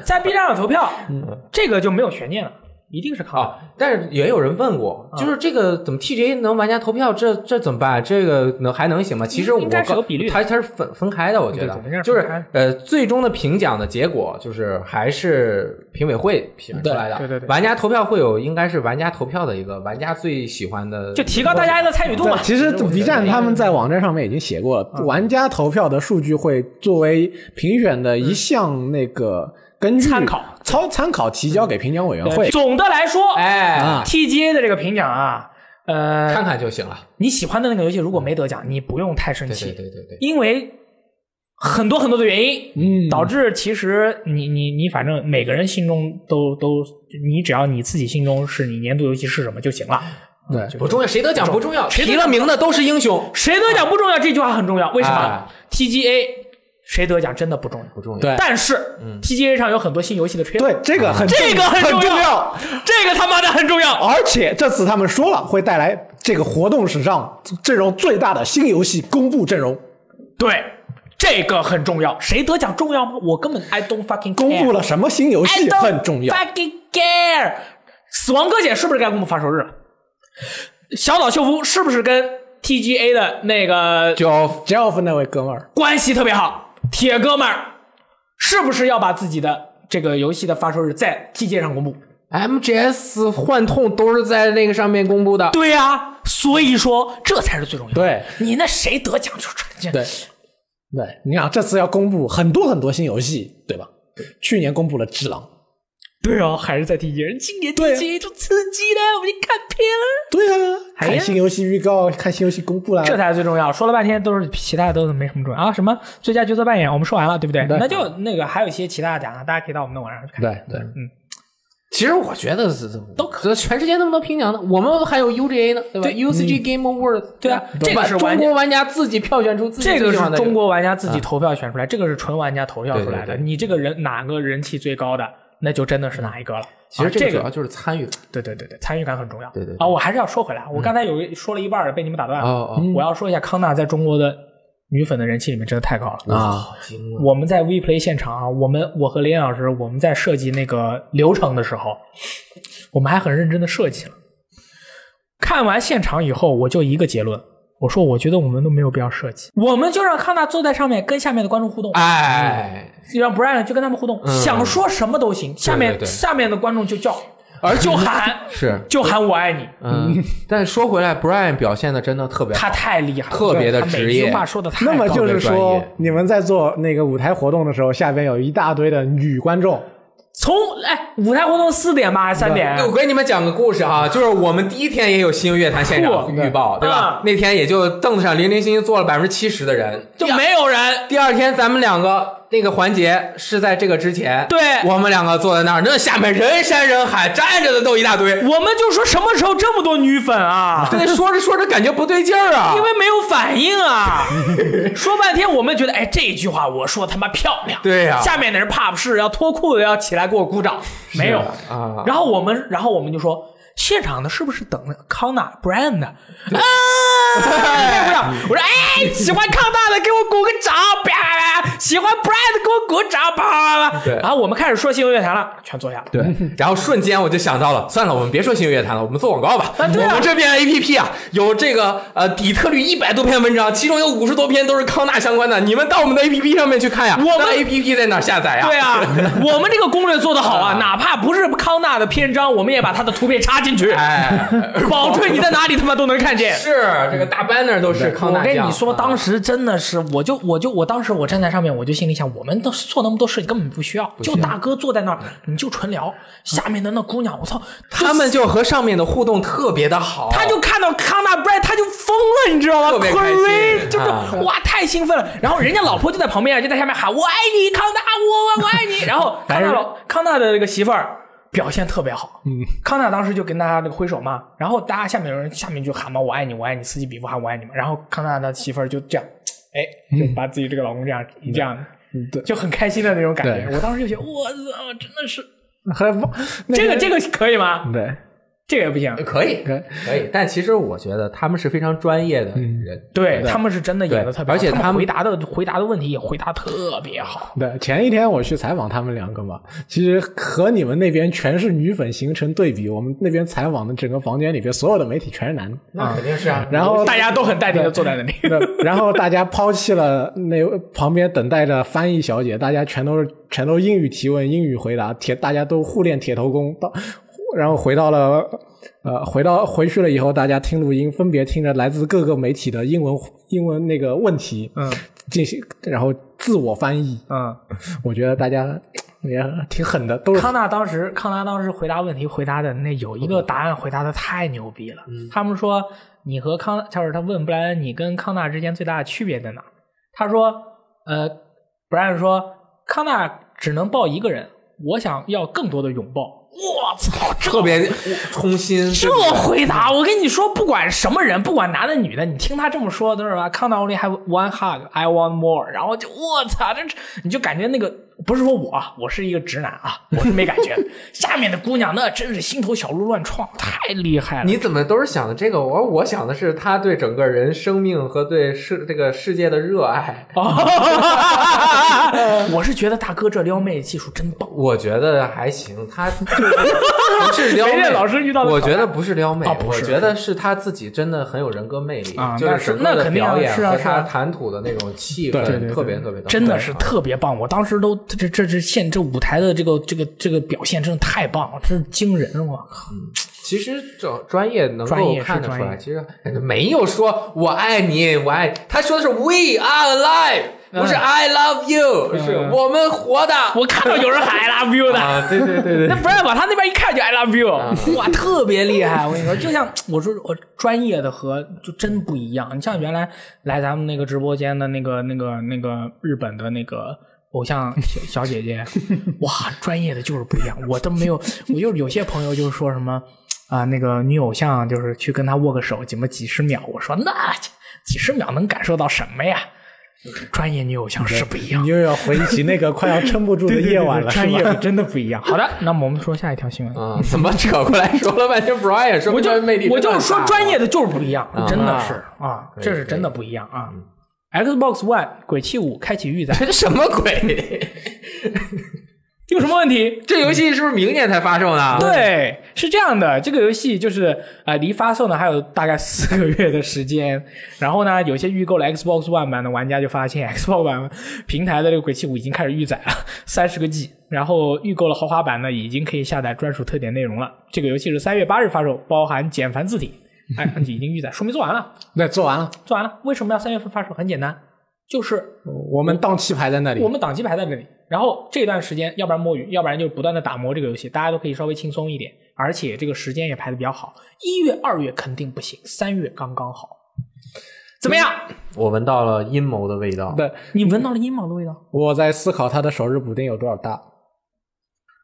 在 B 站上有投票，
嗯
这个就没有悬念了，一定是康
哦
啊、但是也有人问
嗯
过，就是这个怎么 TGA 能玩家投票，这这怎么办？这个能还能行吗？其实我
应该是
告
有比率的
它它是分分开的，我觉得
对对应该是
就
分开
是呃，最终的评奖的结果就是还是评委会评出来的。
对对对对
玩家投票会有，应该是玩家投票的一个玩家最喜欢的，
就提高大家的参与度嘛。
其实
觉得
B 站他们在网站上面已经写过了，玩家投票的数据会作为评选的一项那个根据
参考
参参考提交给评奖委员会。
总的来说，
哎、
啊
TGA 的这个评奖啊，呃，
看看就行了。
你喜欢的那个游戏如果没得奖，你不用太生
对对
气，
对对对，
因为很多很多的原因。
嗯，
导致其实你你你反正每个人心中都都，你只要你自己心中是你年度游戏是什么就行了。
对，
不重要，谁得奖不重要，
谁得
提了名的都是英雄，
谁得奖不重要，这句话很重要。为什么
哎
？TGA 谁得奖真的不重要，
不重要。
对
但是 TGA 上有很多新游戏的吹，
嗯对，这个很
这个
很
很重
要，
这个他妈的很重要。
而且这次他们说了会带来这个活动史上阵容最大的新游戏公布阵容，
对，这个很重要。谁得奖重要吗？我根本 I don't fucking care
公布了什么新游
I
戏
don't
很重要。
Fucking care，死亡搁浅是不是该公布发售日？小岛秀夫是不是跟 TGA 的那个
就
Jeff 那位哥们儿，
关系特别好，铁哥们儿，是不是要把自己的这个游戏的发售日在 TGA 上公布？
MGS 幻痛都是在那个上面公布的。
对呀、所以说这才是最重要的。
对
你那谁得奖就这
对对，你想这次要公布很多很多新游戏，对吧？去年公布了《只狼》，
对哦，还是在 TGA。今年
对
TGA 就刺激了，我们看片了，
对啊，
哎呀
看新游戏预告，看新游戏公布
啊
啦。
这才是最重要。说了半天都是其他的都没什么重要啊，什么最佳角色扮演我们说完了，对不对？
对
那就那个还有一些其他的奖啊，大家可以到我们的网站上去看。
对对，
其实我觉得是
都
可，全世界那么多评奖的，我们还有 UGA 呢，对吧
对
？UCG Game Award，
对啊这个是
中
玩家
国玩家自己票选出自己
这
最
个
喜欢
是
的
中国玩家自己投票选出来，这个是纯玩家投票出来的。
对对对
你这个人哪个人气最高的，那就真的是哪一个了。
其实
啊这
主要就是参与感。
对对对对，参与感很重要。
对对对
啊，我还是要说回来，我刚才有一说了一半儿被你们打断了。
哦哦
我要说一下康纳在中国的女粉的人气里面真的太高了。
啊，惊了！
我们在 WePlay 现场啊，我们我和雷岩老师，我们在设计那个流程的时候，我们还很认真的设计了。看完现场以后，我就一个结论，我说我觉得我们都没有必要设计，我们就让康纳坐在上面跟下面的观众互动，
哎，嗯
让 Brian 就跟他们互动，想说什么都行，下面
对对对
下面的观众就叫，而就喊
是，
就喊我爱你，
嗯，但说回来，Brian 表现的真的特别
他
好，
太厉害了，
特别的
他
职
每
业
句话说的太
那么
高
就
了
是
专
说
业，
你们在做那个舞台活动的时候，下边有一大堆的女观众，
从哎舞台活动四点吧还是三点？
我给你们讲个故事啊，就是我们第一天也有新乐坛现场
酷
预报，对吧
啊？
那天也就凳子上零零星星坐了百分之七十的人，
就没有人。
第二天咱们两个那个环节是在这个之前，
对
我们两个坐在那儿，那下面人山人海，站着的都一 大堆。
我们就说什么时候这么多女粉啊？
对，说着说着感觉不对劲儿啊，
因为没有反应啊！ 说半天，我们觉得，哎，这句话我说他妈漂亮。
对呀
下面的人怕不是要脱裤子要起来给我鼓掌，没有
啊
然后我们，然后我们就说，现场的是不是等了康纳 Brand 呢啊？不要，我说，哎，喜欢康纳的给我鼓个掌，啪啪啪；喜欢 Brand 的给我鼓掌，啪啪啪啪。
对
然后我们开始说新闻乐坛了，全坐下。
对，然后瞬间我就想到了，算了，我们别说新乐坛了，我们做广告吧。
啊对啊
我们这边 A P P 啊，有这个呃底特律一百多篇文章，其中有五十多篇都是康纳相关的，你们到我们的 A P P 上面去看呀。
我们
A P P 在哪儿下载呀？
对 啊，我们这个攻略做得好啊，
啊
哪怕不是康纳的篇章，我们也把他的图片插进去，
哎，
保证你在哪里他妈都能看见。
是这个大 banner 都是康
我
纳
跟
酱
你说，
啊
当时真的是，我就我就我当时我站在上面，我就心里想，我们都做那么多事，根本不需要，就大哥坐在那儿，你就纯聊。下面的那姑娘，我操，
他们就和上面的互动特别的好，
他就看到康纳 Brad，他就疯了，你知道吗？
哦特别开心
亏就是、
啊
哇，太兴奋了。然后人家老婆就在旁边啊，就在下面喊“我爱你，康纳，我我我爱 你”。然后康纳老康纳的这个媳妇儿表现特别好，嗯，康纳当时就跟大家这个挥手嘛，然后大家下面有人下面就喊嘛“我爱你，我爱你”，
嗯
此起彼伏喊“我爱你”嘛。然后康纳的媳妇儿就这样，哎，就把自己这个老公这样、这样
嗯对，
就很开心的那种感觉。
对
我当时就觉得，我操，真的是
还忘那
这个这个可以吗？
对，
这个也不行。
可以，
可以
可以。但其实我觉得他们是非常专业的人，
对他们是真的演的特别好，
而且
他
他们
回答的回答的问题也回答特别好。
对，前一天我去采访他们两个嘛，其实和你们那边全是女粉形成对比，我们那边采访的整个房间里边所有的媒体全是男的。
那肯定是啊。
然后
大家都很淡定的坐在那里，
对，然后大家抛弃了那旁边等待着翻译小姐，大家全都是全都英语提问、英语回答，铁大家都互练铁头功，到然后回到了呃回到回去了以后，大家听录音，分别听着来自各个媒体的英文英文那个问题，
嗯
进行然后自我翻译，
嗯。
我觉得大家也挺狠的，都是
康纳当时，康纳当时回答问题回答的那有一个答案回答的太牛逼了。他们说你和康，就是他问布莱恩，你跟康纳之间最大的区别在哪？他说，呃，布莱恩说康纳只能抱一个人，我想要更多的拥抱。我操，这
特别冲心，
这回答，我跟你说，不管什么人，不管男的女的，你听他这么说，都是吧？康纳奥利还 one hug, I want more，然后就我操，这你就感觉那个不是说我，我是一个直男啊，我是没感 觉。下面的姑娘那真是心头小鹿乱撞，太厉害了。
你怎么都是想的这个？我我想的是他对整个人生命和对世这个世界的热爱。
哦我是觉得大哥这撩妹技术真棒。
我觉得还行，他 不是撩
没
妹。
事老师遇到的
我觉得不是撩妹，
啊不
我
是
觉得是他自己真的很有人格魅力，
啊
就
那是
整个
那
的
肯定啊
表演
是啊
和
是啊
他谈吐的那种气
对对
氛，
对
特别特别的啊
真的是特别棒，我当时都这这这现这舞台的这个这个这个表现真的太棒了，真是惊人！我靠，
其实这专业能
专
够
业是
看得出
专业
来，其实没有说我爱你，我爱你，他说的是 we are alive，不是 I love you，是我们活的。
嗯我看到有人 喊 I love you 的，
啊，对对对
那
对，
不然往他那边一看就 I love you，哇，特别厉害！我跟你说，就像我说，我专业的和就真不一样。你像原来来咱们那个直播间的那个、那个、那个日本的那个偶像小小姐姐，哇，专业的就是不一样。我都没有，我就是有些朋友就是说什么啊、那个女偶像就是去跟她握个手，怎么几十秒？我说那几十秒能感受到什么呀？就是专业女偶像是不一样
你。又要回忆起那个快要撑不住的
对对对
夜晚了，
专业
是吧？
真的不一样。好的，那么我们说下一条新闻。
啊，怎么扯过来说了半天 Brian 说
我就
专业魅力，
我就是说专业，的就是不一样，
啊 嗯
真的是啊，
可以
这是真的不一样啊。Xbox One《鬼泣五》开启预 载
这什么鬼？
有什么问题？
这游戏是不是明年才发售呢？，
对，是这样的，这个游戏就是啊、呃离发售呢还有大概四个月的时间。然后呢，有些预购了 Xbox One 版的玩家就发现 Xbox One 平台的这个《鬼泣五》已经开始预载了三十个 G，然后预购了豪华版呢，已经可以下载专属特点内容了。这个游戏是三月八日发售，包含简繁字体。哎，已经预载，说明做完了。
对，做完了，
做完了，为什么要三月份发售？很简单，就是
我们档期排在那里
我。们档期排在这里，然后这段时间要不然摸鱼，要不然就是不断的打磨这个游戏，大家都可以稍微轻松一点，而且这个时间也排的比较好。一月、二月肯定不行，三月刚刚好。怎么样？
我闻到了阴谋的味道。
对，
你闻到了阴谋的味道？
我在思考它的首日补丁有多少大。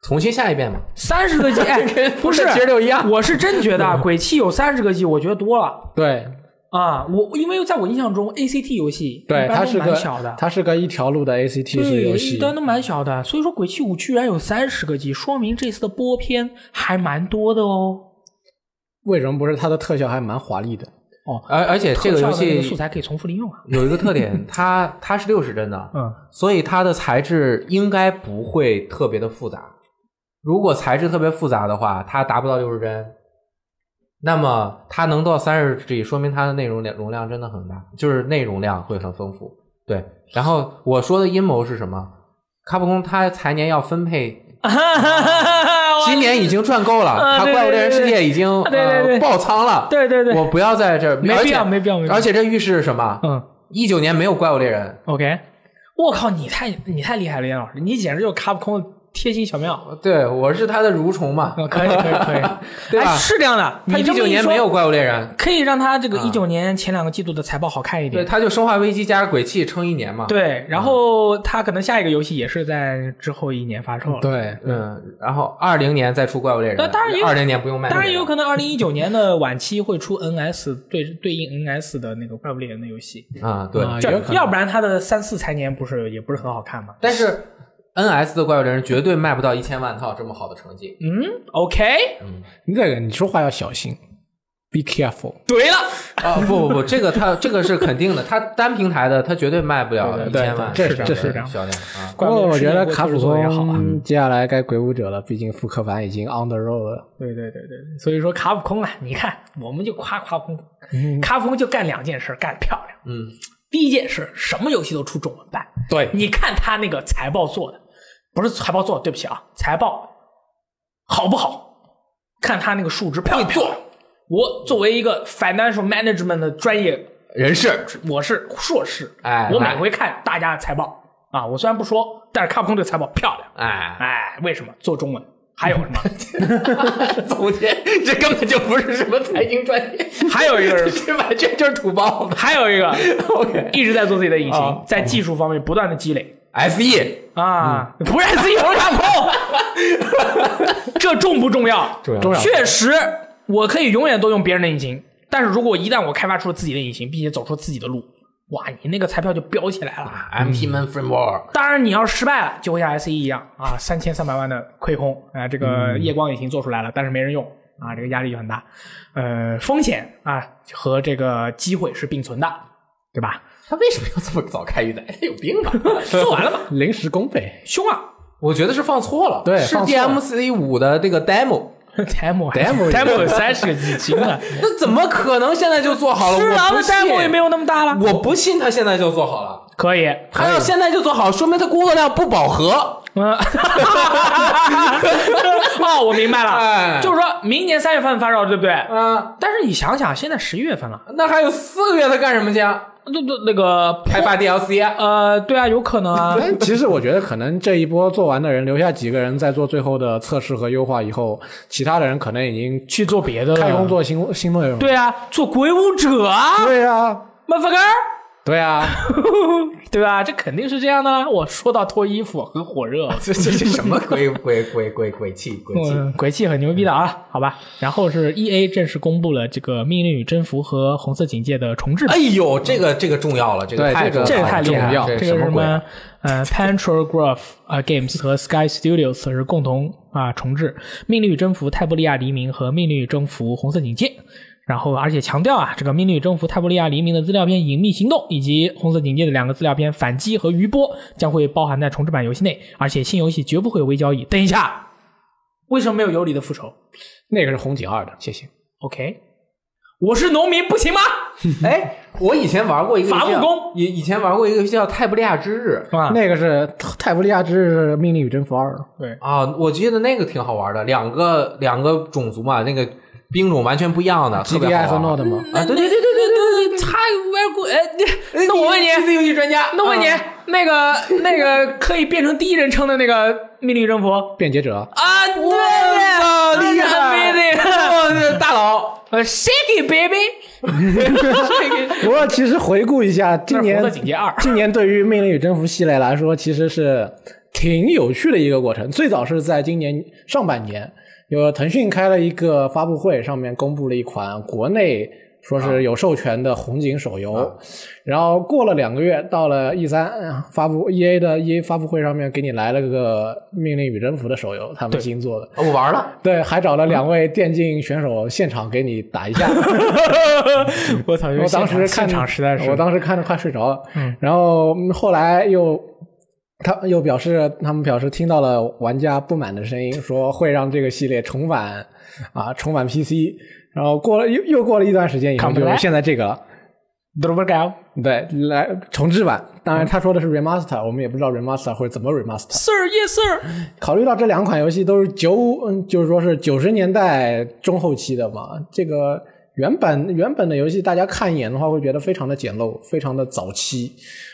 重新下一遍吧。
三十个 G，哎， 不是，
其实都一样。
我是真觉得啊鬼泣有三十个 G，我觉得多了
对，
啊。我因为在我印象中，ACT 游戏
对，
一般
它
都
是
蛮
个
小的，
它是个一条路的 ACT 式
对，
游
一
戏。
般都蛮小的，所以说《鬼泣五》居然有三十个 G，说明这次的播片还蛮多的哦。
为什么不是它的特效还蛮华丽的？
而而且这个游
特效的那素
戏
材可以重复利用啊。
有一个特点， 它它是六十帧的，
嗯，
所以它的材质应该不会特别的复杂。如果材质特别复杂的话，它达不到六十帧，那么它能到三十 G，说明它的内容量容量真的很大，就是内容量会很丰富。对，然后我说的阴谋是什么？卡普空它财年要分配， 今年已经赚够了，
啊
它
对对
怪物猎人
对
世
对啊
界已经
对对对
呃爆仓了。
对对对，
我不要在这儿，
没
而
必
且
要，没必要，没必要
而。且这预示是什么？
嗯
一九年没有怪物猎人，
，OK。我靠，你太你太厉害了，严老师，你简直就是卡普空的贴心小妙。
对，我是他的蠕虫嘛，
啊，可以可以可以，
对吧
哎，是这样的。
他
你
一
这么
九
一
年
说
没有怪物猎人，
可以让他这个
啊
一九年前两个季度的财报好看一
对，
点。
他就生化危机加鬼泣撑一年嘛。
对，然后他可能下一个游戏也是在之后一年发售了。
对，嗯，然后二零年再出怪物猎人，
那当然也有
二零年不用卖，
当然也有可能，二零一九年的晚期会出 NS 对对应 NS 的那个怪物猎人的游戏，
能啊，对。
啊
这
也有可能
要不然他的三四财年不是也不是很好看吗？
但是 NS 的怪物猎人绝对卖不到一千万套这么好的成绩。
嗯，OK，
你这个你说话要小心，be careful。
对了，
啊，不不不，这个它这个是肯定的，它单平台的它绝对卖不了一
对对
千万，
对对
的
这是这样
销量啊。
不
怪物猎
过
人
我觉得
世界
卡普
做得也好啊。
空接下来该鬼舞者了，毕竟复刻版已经 on the road 了。
对对对对，所以说卡普空啊，你看我们就夸卡普空，卡普空就干两件事，干得漂亮。
嗯，
第一件事，什么游戏都出中文版，
对
你看他那个财报做的，不是财报做的，对不起啊，财报好不好？看他那个数值漂不做。我作为一个 financial management 的专业，
人事
我是硕士，
哎
我
来
每回看大家的财报啊，我虽然不说，但是卡普空这财报漂亮，
哎，
哎，为什么做中文？还有什么？
总监， 这根本就不是什么财经专业，
还有一个人，
这完全就是土包子。
还有一个
OK
一直在做自己的引
啊
擎，在技术方面不断的积累，
SE
啊，
嗯
不认识一头卡空， 这重不重要？
重要
确实，我可以永远都用别人的引擎，但是如果一旦我开发出了自己的引擎，并且走出自己的路，哇，你那个彩票就飙起来了。
MT Man Framework，
当然，你要失败了，就会像 SE 一样啊，三千三百万的亏空啊、这
嗯
个夜光引擎做出来了，但是没人用啊，这个压力就很大。呃，风险啊和这个机会是并 存的，对吧？
他为什么要这么早开鱼仔？ 他有病吧？
做完了吧，
临时工呗，
凶啊！
我觉得是放错了，
对
是
放错了
DMC 五的这个 demo，
demo
Demo
demo 有三十个几斤了，
那怎么可能现在就做好了？
只狼 的
我不信
demo 也没有那么大了，
我不信他现在就做好了，
可以，
他要现在就做好，说明他工作量不饱和。
嗯， 哦，我明白
哎
了，就是说明年三月份发售，对不对？
啊，
但是你想想，现在十一月份了，
那还有四个月他干什么去啊？
那那那个
开 发 DLC，
呃，对啊，有可能 啊，
但 其实我觉得可能这一波做完的人留下几个人在做最后的测试和优化以后，其他的人可能已经
去做别的
开工。做新新内容。
对啊，做鬼舞者啊，
对啊，
麦发根儿，
对啊，
对吧？这肯定是这样的啦。我说到脱衣服很火热，啊
这这这什么鬼鬼鬼鬼鬼气鬼 气？
嗯，鬼泣很牛逼的啊，好吧。然后是 E A 正式公布了这个《命令与征服》和《红色警戒》的重置版
哎。呦，这个这个重要了，这个
对
太
这个
这
重
个
要
太厉害
重要
了，这
什
个是
么
什
鬼？
么？呃 p a n t r o g r a p h 啊 Games 和 Sky Studios 是共同啊、重置《命令与征服：泰布利亚黎明》和《命令与征服：红色警戒》。然后，而且强调啊，这个《命令与征服：泰布利亚黎明》的资料片《隐秘行动》以及《红色警戒》的两个资料片《反击》和《余波》将会包含在重置版游戏内，而且新游戏绝不会有微交易。等一下，为什么没有有理的复仇
那个是红警二的，谢谢。
？OK，我是农民不行吗？
哎，我以前玩过一个
伐木
叫
工，
以以前玩过一个叫《泰布利亚之日》
啊，
那个是泰布利亚之日是命令与征服二了。
对，
啊，我记得那个挺好玩的，两个两个种族嘛，那个兵种完全不一样的，特别
GDI 和
好
Node
玩。
吗？
啊，对对对对对对对，
他外国哎，那我问你，
你，游戏专家，
那我问你
啊，
那个那个可以变成第一人称的那个命令与征服
便捷者，
啊，对
哇
的，
厉害
害！
哇这大佬，
呃，Shake it, baby，
不过其实回顾一下，今年
红色警戒二
今年对于《命令与征服》系列来说，其实是挺有趣的一个过程。最早是在今年上半年，有腾讯开了一个发布会，上面公布了一款国内说是有授权的红警手游。
啊
然后过了两个月，到了 E 三发布 E A 的 E A 发布会上面，给你来了个《命令与征服》的手游，他们新做的。
我玩了，
对，还找了两位电竞选手现场给你打一 架。
我操！
我当时看
现场实在是
我当时看着快睡着了。
嗯
然后嗯后来又，他又表示，他们表示听到了玩家不满的声音，说会让这个系列重返啊，重返 PC。然后过了又又过了一段时间以后，
看不
就
来
现在这个了。
都不敢
对，来重置版。当
嗯
然，他说的是 remaster，我们也不知道 remaster 会怎么 remaster。
，Sir yes sir，
考虑到这两款游戏都是九，嗯，就是说是九十年代中后期的嘛，这个原本原本的游戏，大家看一眼的话，会觉得非常的简陋，非常的早期。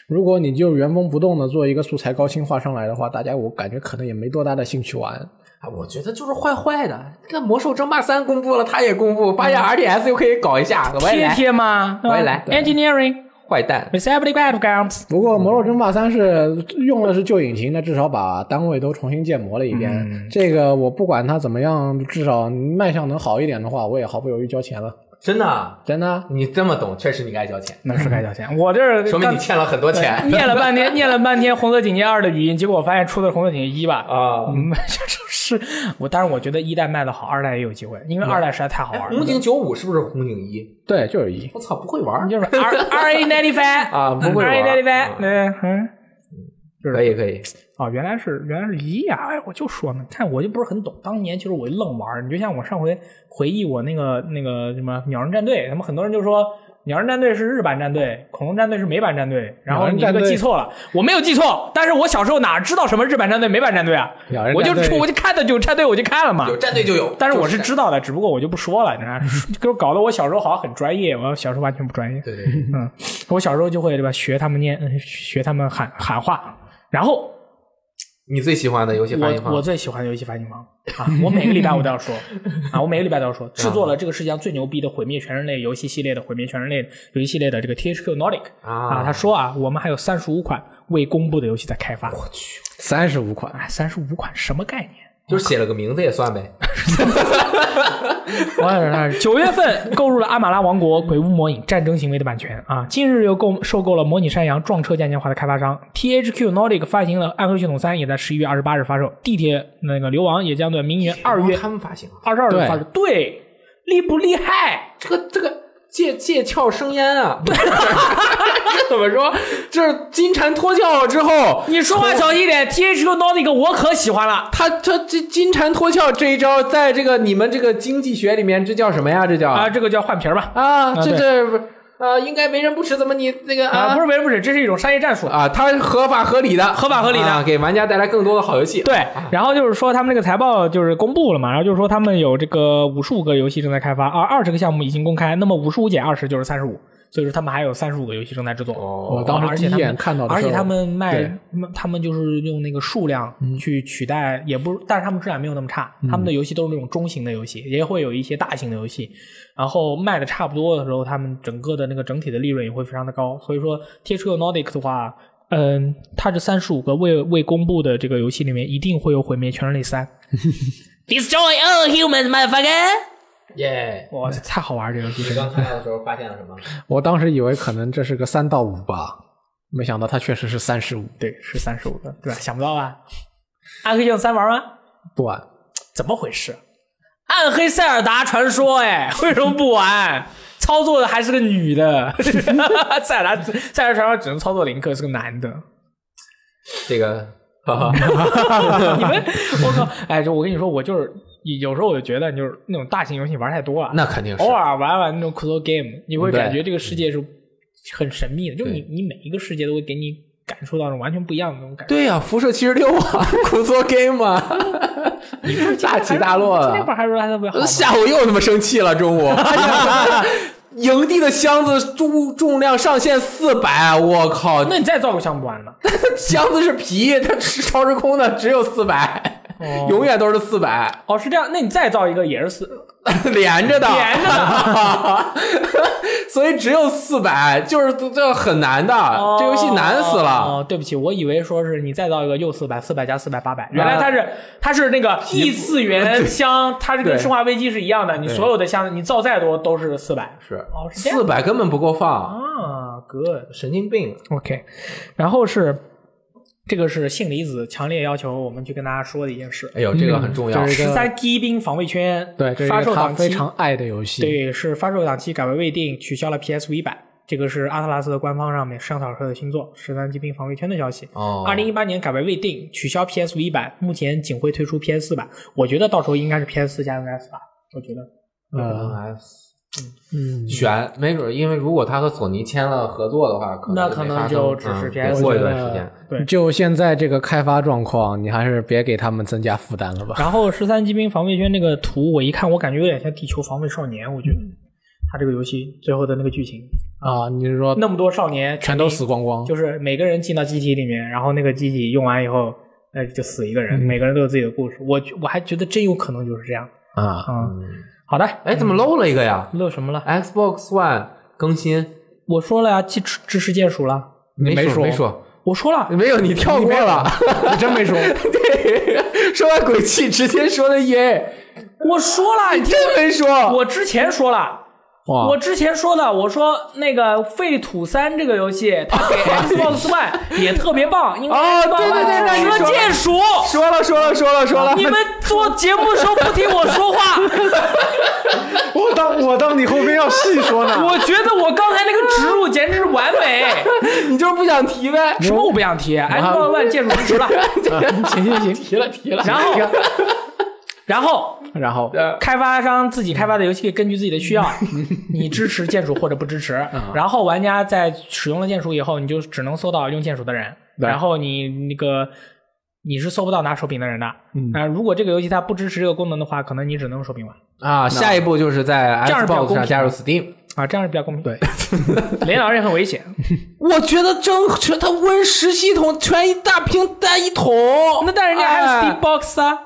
如果你就原封不动的做一个素材高清化上来的话，大家我感觉可能也没多大的兴趣玩。
啊，我觉得就是坏坏的。这《魔兽争霸三》公布了，他也公布，发现 RTS 又可以搞一下，我也
嗯贴
来。
贴嘛，
我也来
嗯 Engineering
坏蛋，
Assembly Battlegrounds，
不过《魔兽争霸三》是用的是旧引擎的，至少把单位都重新建模了一遍。
嗯
这个我不管它怎么样，至少卖相能好一点的话，我也毫不犹豫交钱了。
真的，啊嗯
真的，啊
你这么懂，确实你该交钱，
那是该交钱。我这儿
说明
刚
你欠了很多钱
念了半天，念了半天《红色警戒二》的语音，结果我发现出的是《红色警戒一》吧？
啊。
嗯，就是我，当然我觉得一代卖的好，二代也有机会，因为二代实在太好
哎
玩了。
红警九五是不是红警一？
对，就是一。
我操，不会玩
就是 R R A ninety five
啊，不会
，R A
玩
ninety five，
啊
对，嗯。
可以可以，
哦，原来是原来是一呀、哎，我就说呢，看我就不是很懂。当年其实我就愣玩儿，你就像我上回回忆我那个那个什么鸟人战队，他们很多人就说鸟人战队是日版战队，恐龙战队是美版战队，然后
鸟人
你这
战
个
队
记错了，我没有记错，但是我小时候哪知道什么日版战队、美版战队啊？
鸟人
我就
战队
出我就看的就战队我就看了嘛
有。战队就有，
但是我是
就
知道的，只不过我就不说了，你看， 给我搞得我小时候好像很专业，我小时候完全不专业。
对 对对，
嗯，我小时候就会对吧，学他们念，嗯学他们喊喊话，然后
你最喜欢的游戏翻译
我
方
我最喜欢的游戏发行方啊！我每个礼拜我都要 说啊，我每个礼拜都要说，制作了这个世界上最牛逼的毁灭全人类游戏系列的毁灭全人类游戏系列的这个 THQ Nordic 啊，
啊，
他说啊，我们还有三十五款未公布的游戏在开发。我去，
三十五款，
啊，三十五款什么概念？
就是写了个名字也算呗。
我也是，九月份购入了《阿玛拉王国：鬼屋魔影：战争行为》的版权啊，近日又购收购了《模拟山羊：撞车嘉年华》的开发商 THQ Nordic 发行了《暗黑系统三》，也在十一月二十八日发售，《地铁那个流亡》也将在明年 二月
他们发行，啊
二十二
对
日发售，对，厉不厉害？
这个这个借借壳生烟啊， 这 怎么说？这是金蝉脱壳之后，
你说话小心点，THQ Nordic 我可喜欢了
他他这金蝉脱壳这一招，在这个你们这个经济学里面，这叫什么呀？这叫
啊，这个叫换皮儿吧？
啊，这
对
这不啊，应该没人不吃，怎么你那个
啊，不
啊
是，不是，不是，这是一种商业战术。
啊？它是合法合理的，
合法合理的
啊给玩家带来更多的好游戏。
对，然后就是说他们这个财报就是公布了嘛，然后就是说他们有这个五十五个游戏正在开发，而二十个项目已经公开，那么五十五减二十就是三十五，所以说他们还有三十五个游戏正在制作。
哦，
我当
而
时
且
第
他
一
们
眼看到的
而
时候，
且他们卖
对，嗯
他们就是用那个数量去取代，也不，但是他们质量没有那么差，他们的游戏都是那种中型的游戏，也会有一些大型的游戏，然后卖的差不多的时候，他们整个的那个整体的利润也会非常的高，所以说 THQ Nordic 的话。嗯，它这三十五个未未公布的这个游戏里面，一定会有《毁灭全人类三》，Destroy all humans, motherfucker！
耶！
哇，太好玩儿这个游戏，真的
刚看到的时候发现了什么？
我当时以为可能这是个三到五吧，没想到它确实是三十五，
对，是三十五个，对吧？想不到吧？暗黑剑三玩吗？
不晚。
怎么回事？暗黑塞尔达传说，哎， 为什么不玩？操作的还是个女的， 塞尔达塞尔达传说只能操作林克，是个男的。
这个，哈哈，
你们，我靠！哎，就我跟你说，我就是有时候我就觉得，就是那种大型游戏玩太多了，
那肯定是
偶尔玩玩那种 c l o game，你会
对
感觉这个世界是很神秘的，就是你
对
你每一个世界都会给你感受到那种完全不一样的那种感觉。
对呀、辐射七十六啊， 苦作 game 啊，大起大啊落
今天不
的。
是还说还特别好吗？
下午又他妈生气了，中 午。营地的箱子重重量上限四百，啊我靠！那
那你再造个项目不完了吗？
箱子是皮，它是超时空的，只有四百、
哦
永远都是四百，
哦，是这样，那你再造一个也是四，
连着的，
连着
的， 所以只有四百，就是这这很难的，
哦
啊这游戏难死了。
哦，对不起，我以为说是你再造一个又四百、四百加四百、八
啊
百，原来它是它是那个异次元 箱，它是跟《
对
生化危机》是一样的，你
对
所有的箱子你造再多都是四百。
是
哦，是这样
四百根本不够放，
啊，good。
神经病。
OK，然后是这个是性离子强烈要求我们去跟大家说的一件事，
哎呦，这个很重要
嗯。这是一
十
个
三机兵防卫圈
对，这是
发
一
售
个他
档
非
期
常爱的游戏。，
对，是发售档期改为未定，取消了 PSV 版。这个是阿特拉斯的官方上面上草社的新作《十三机兵防卫圈》的消息。
哦
二零一八年改为未定，取消 PSV 版，目前仅会推出 PS 四版。我觉得到时候应该是 PS 四加 NS 吧，我觉得。
呃，嗯，
悬，没准儿因为如果他和索尼签了合作的话，可
那
就
可
没
能
发生
就只是
嗯
PS
过一
我觉
段
得
时间。
对
就现在这个开发状况，你还是别给他们增加负担了吧。
然后十三机兵防卫圈这个图，我一看，我感觉有点像地球防卫少年，我觉得。它这个游戏最后的那个剧情，
啊，你是说
那么多少年
全都死光光。
就是每个人进到机体里面，然后那个机体用完以后，呃，就死一个人，每个人都有自己的故事。我我还觉得真有可能就是这样。
啊？
嗯，好的，
哎，怎么漏了一个呀
乐什么了？
？Xbox One 更新
我说了呀，支支持键鼠了。
没
没说
没说，
我说了，
没有你跳
你
过
没有
了。
你真 没说，
对，说完鬼泣直接说的 EA，
我说了，你听
真没
我
说。
我之前说了。
哇
我之前说的，我说那个《废土三》这个游戏，它 给 Xbox One 也特别棒，因为
哦
Xbox
对对对
One
对你
只
说
能
了
键鼠。
说了说了说了说了，
你们 做节目的时候不听我说 话，
我当我当你后面要细说呢。
我觉得我刚才那个植入简直是完美。
你就是不想提呗？
什么我不想提，Xbox One 键鼠支持了。
行行行，
提了提了，
然后， 然后
然后
呃
开发商自己开发的游戏根据自己的 需要，你支持键鼠或者不支持。
啊
然后玩家在使用了键鼠以后，你就只能搜到用键鼠的人，
对
然后你那个。你是搜不到拿手柄的人的，
嗯
啊，如果这个游戏它不支持这个功能的话，可能你只能用手柄玩
啊，下一步就是在
这样是比较公平
Xbox 上加入 Steam。
啊，这样是比较公平。
对，
雷老师也很危险，
我觉得真全他 Win 十系统全一大屏单一桶，
那但人家还有
哎
Steam Box 啊，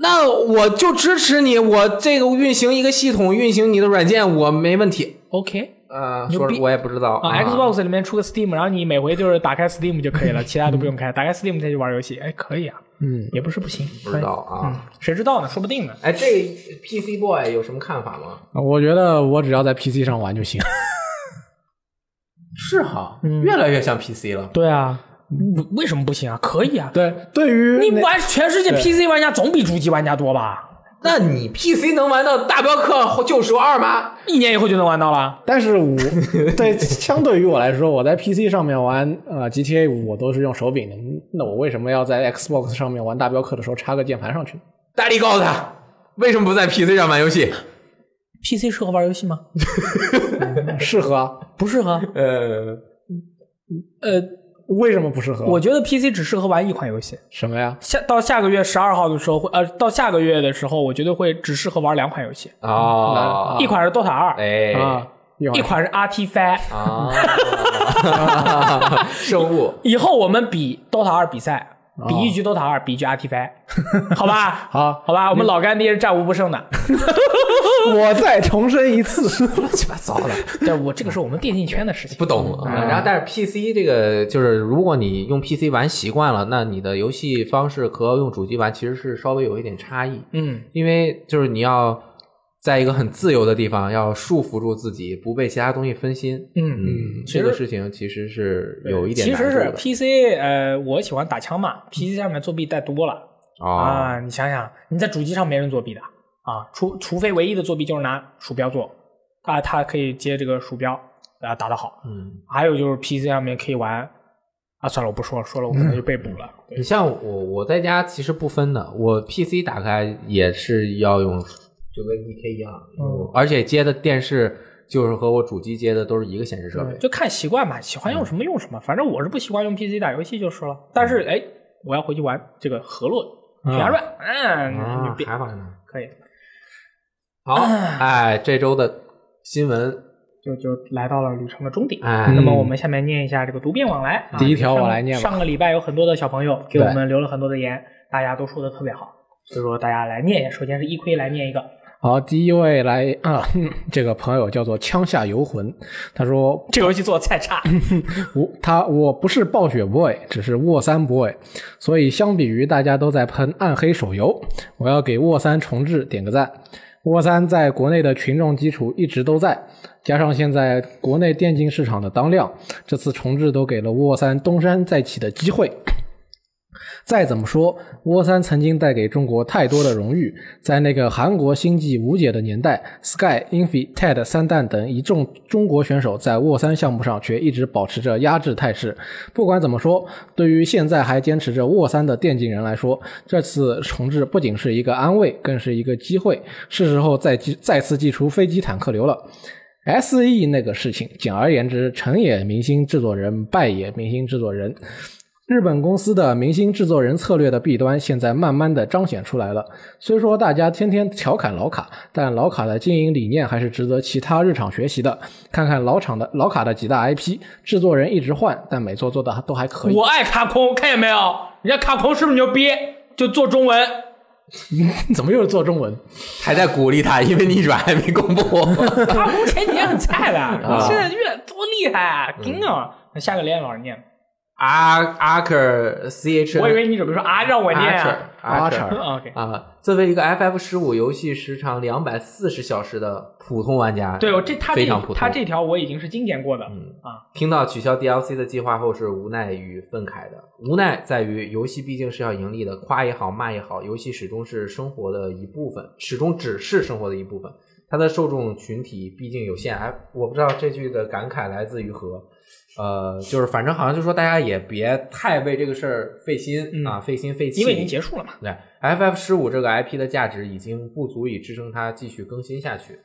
那我就支持你，我这个运行一个系统，运行你的软件，我没问题。
OK
呃，
牛
说
逼
我也不知道
啊 x b o x 里面出个 Steam，然后你每回就是打开 Steam 就可以 了，其他都不用开，打开 Steam 再去玩游戏，哎，可以啊，
嗯，
也不是不行，
不知道啊。
可以，嗯谁知道呢？说不定呢。
哎，这个 PC Boy 有什么看法吗？
我觉得我只要在 PC 上玩 就行。
是哈，
嗯
越来越像 PC 了。
对啊，为什么不行啊？可以啊，
对，对于
你
那
玩全世界 PC 玩家总比主机玩家多吧？
那你 PC 能玩到大镖客救赎二吗？
一年以后就能玩到了。
但是我对相对于我来说，我在 PC 上面玩呃 GTA 五，我都是用手柄的。那我为什么要在 Xbox 上面玩大镖客的时候插个键盘上去？
大力告诉他，为什么不在 PC 上玩游戏？
PC 适合玩游戏吗？
适合啊？
不适合。
呃，
呃，
为什么不适合？啊
我觉得 PC 只适合玩一款游戏。
什么呀？
下到下个月十二号的时候会，呃，到下个月的时候，我觉得会只适合玩两款游戏，
哦，
一款是 DOTA 二，
哎
啊，一会
一
儿
款是 RT5。
啊，生物
以后我们比 DOTA 二比赛，
哦
比一局 DOTA 二，比一局 RT5，好 吧？
好，
好吧，我们老干爹是战无不胜的。
我再重申 一次，
乱七八糟的，
对我这个是我们电竞圈的事情
不。懂啊。然后，但是 PC 这个就是，如果你用 PC 玩习惯了，那你的游戏方式和用主机玩其实是稍微有一点差异。
嗯，
因为就是你要在一个很自由的地方，要束缚住自己，不被其他东西分心。
嗯
嗯，这个事情其实是有一点
其
难度
实是
的嗯
PC，呃，我喜欢打枪嘛，PC 上面作弊带多了
啊，
啊。你想想，你在主机上没人作弊的啊，除除非唯一的作弊就是拿鼠标做啊，它可以接这个鼠标啊打得好。
嗯，
还有就是 PC 上面可以玩啊，算了，我不说了，说了我可能就被捕了。对
你像我，我在家其实不分的，我 PC 打开也是要用，就跟 DK 一样，
嗯
而且接的电视就是和我主机接的都是一个显示设备。
就看习惯吧，喜欢
嗯
用什么用什么。反正我是不习惯用 PC 打游戏就是了。但
嗯
是哎，我要回去玩这个河洛血压软，嗯，
啊
你别
还玩呢？
可以，
好，哎，这周的新闻，
就就来到了旅程的终点。
哎，
那么我们下面念一下这个读编往来。啊
嗯第一条我来
上
念吧
上个礼拜有很多的小朋友给我
对
们留了很多的言，大家都说的特别好，所以说大家来念一下。首先是一亏来念一个，
好，第一位来啊、这个朋友叫做枪下游魂，他说
这个游戏做的太 差，
我他我不是暴雪 boy，只是沃三 boy，所以相比于大家都在喷暗黑手游，我要给沃三重置点个赞。沃三在国内的群众基础一直都在，加上现在国内电竞市场的当量，这次重置都给了沃三东山再起的机会。再怎么说，沃三曾经带给中国太多的荣誉，在那个韩国星际无解的年代，Sky、Infi、TED 三弹等一众中国选手在沃三项目上却一直保持着压制态势。不管怎么说，对于现在还坚持着沃三的电竞人来说，这次重置不仅是一个安慰，更是一个机会，是时候再祭再次祭出飞机坦克流了。S E 那个事情，简而言之，成也明星制作人，败也明星制作人。日本公司的明星制作人策略的弊端，现在慢慢的彰显出来了。虽说大家天天调侃老卡，但老卡的经营理念还是值得其他日厂学习的。看看老厂的老卡的几大 IP，制作人一直换，但每座做的都还可以。
我爱卡空，看见没有？人家卡空是不是牛逼？就做中文，
怎么又是做中文？
还在鼓励他，因为逆转还没公布。
卡空前几年很菜的，
啊
现在越多厉害啊，挺
嗯
啊！那下个连老师念，
阿阿克 C H，
我以为你准备说啊，让我念
阿克
啊。
阿
阿
克
克
OK，
啊，作为一个 F F 十五游戏时长两百四十小时的普通玩家，
对我这他
非
这
常普通。嗯
他这条我已经是精简过的，
听到取消 DLC 的计划后是无奈与愤慨的。无奈在于游戏毕竟是要盈利的，夸也好，骂也好，游戏始终是生活的一部分，始终只是生活的一部分。它的受众群体毕竟有限。哎，我不知道这句的感慨来自于何。呃，就是反正好像就说大家也别太为这个事儿费心、
嗯
啊，费心费气，
因为已经结束了嘛。
对，FF 十五这个 IP 的价值已经不足以支撑它继续更新下去，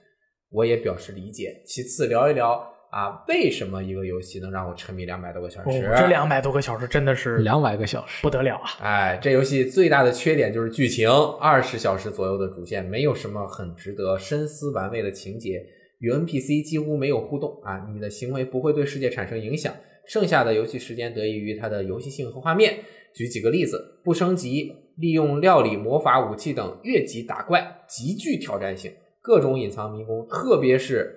我也表示理解。其次，聊一聊啊，为什么一个游戏能让我沉迷两百多个小时？
哦这两百多个小时真的是
两百个小时，
不得了啊！
哎，这游戏最大的缺点就是剧情，二十小时左右的主线，没有什么很值得深思玩味的情节，与 NPC 几乎没有互动啊，你的行为不会对世界产生影响。剩下的游戏时间得益于它的游戏性和画面。举几个例子，不升级，利用料理、魔法、武器等越级打怪，极具挑战性，各种隐藏迷宫，特别是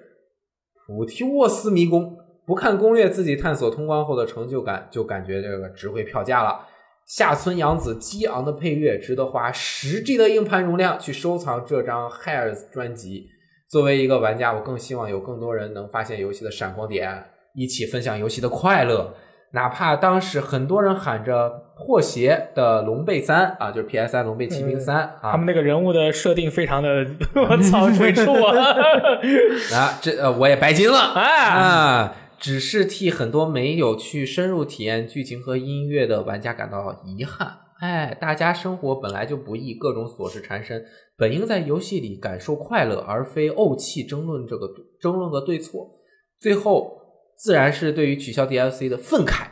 普提沃斯迷宫。不看攻略，自己探索通关后的成就感，就感觉这个值回票价了。下村洋子激昂的配乐，值得花十 G 的硬盘容量去收藏这张 Hairs 专辑。作为一个玩家，我更希望有更多人能发现游戏的闪光点，一起分享游戏的快乐。哪怕当时很多人喊着破鞋的龙背三啊，就是 PS3 龙背骑兵三啊，
嗯他们那个人物的设定非常的， 我 操，鬼畜啊！
啊，这呃我也白金了
哎，
啊！只是替很多没有去深入体验剧情和音乐的玩家感到遗憾。哎，大家生活本来就不易，各种琐事缠身，本应在游戏里感受快乐，而非怄气争论这个争论个对错。最后，自然是对于取消 DLC 的愤慨。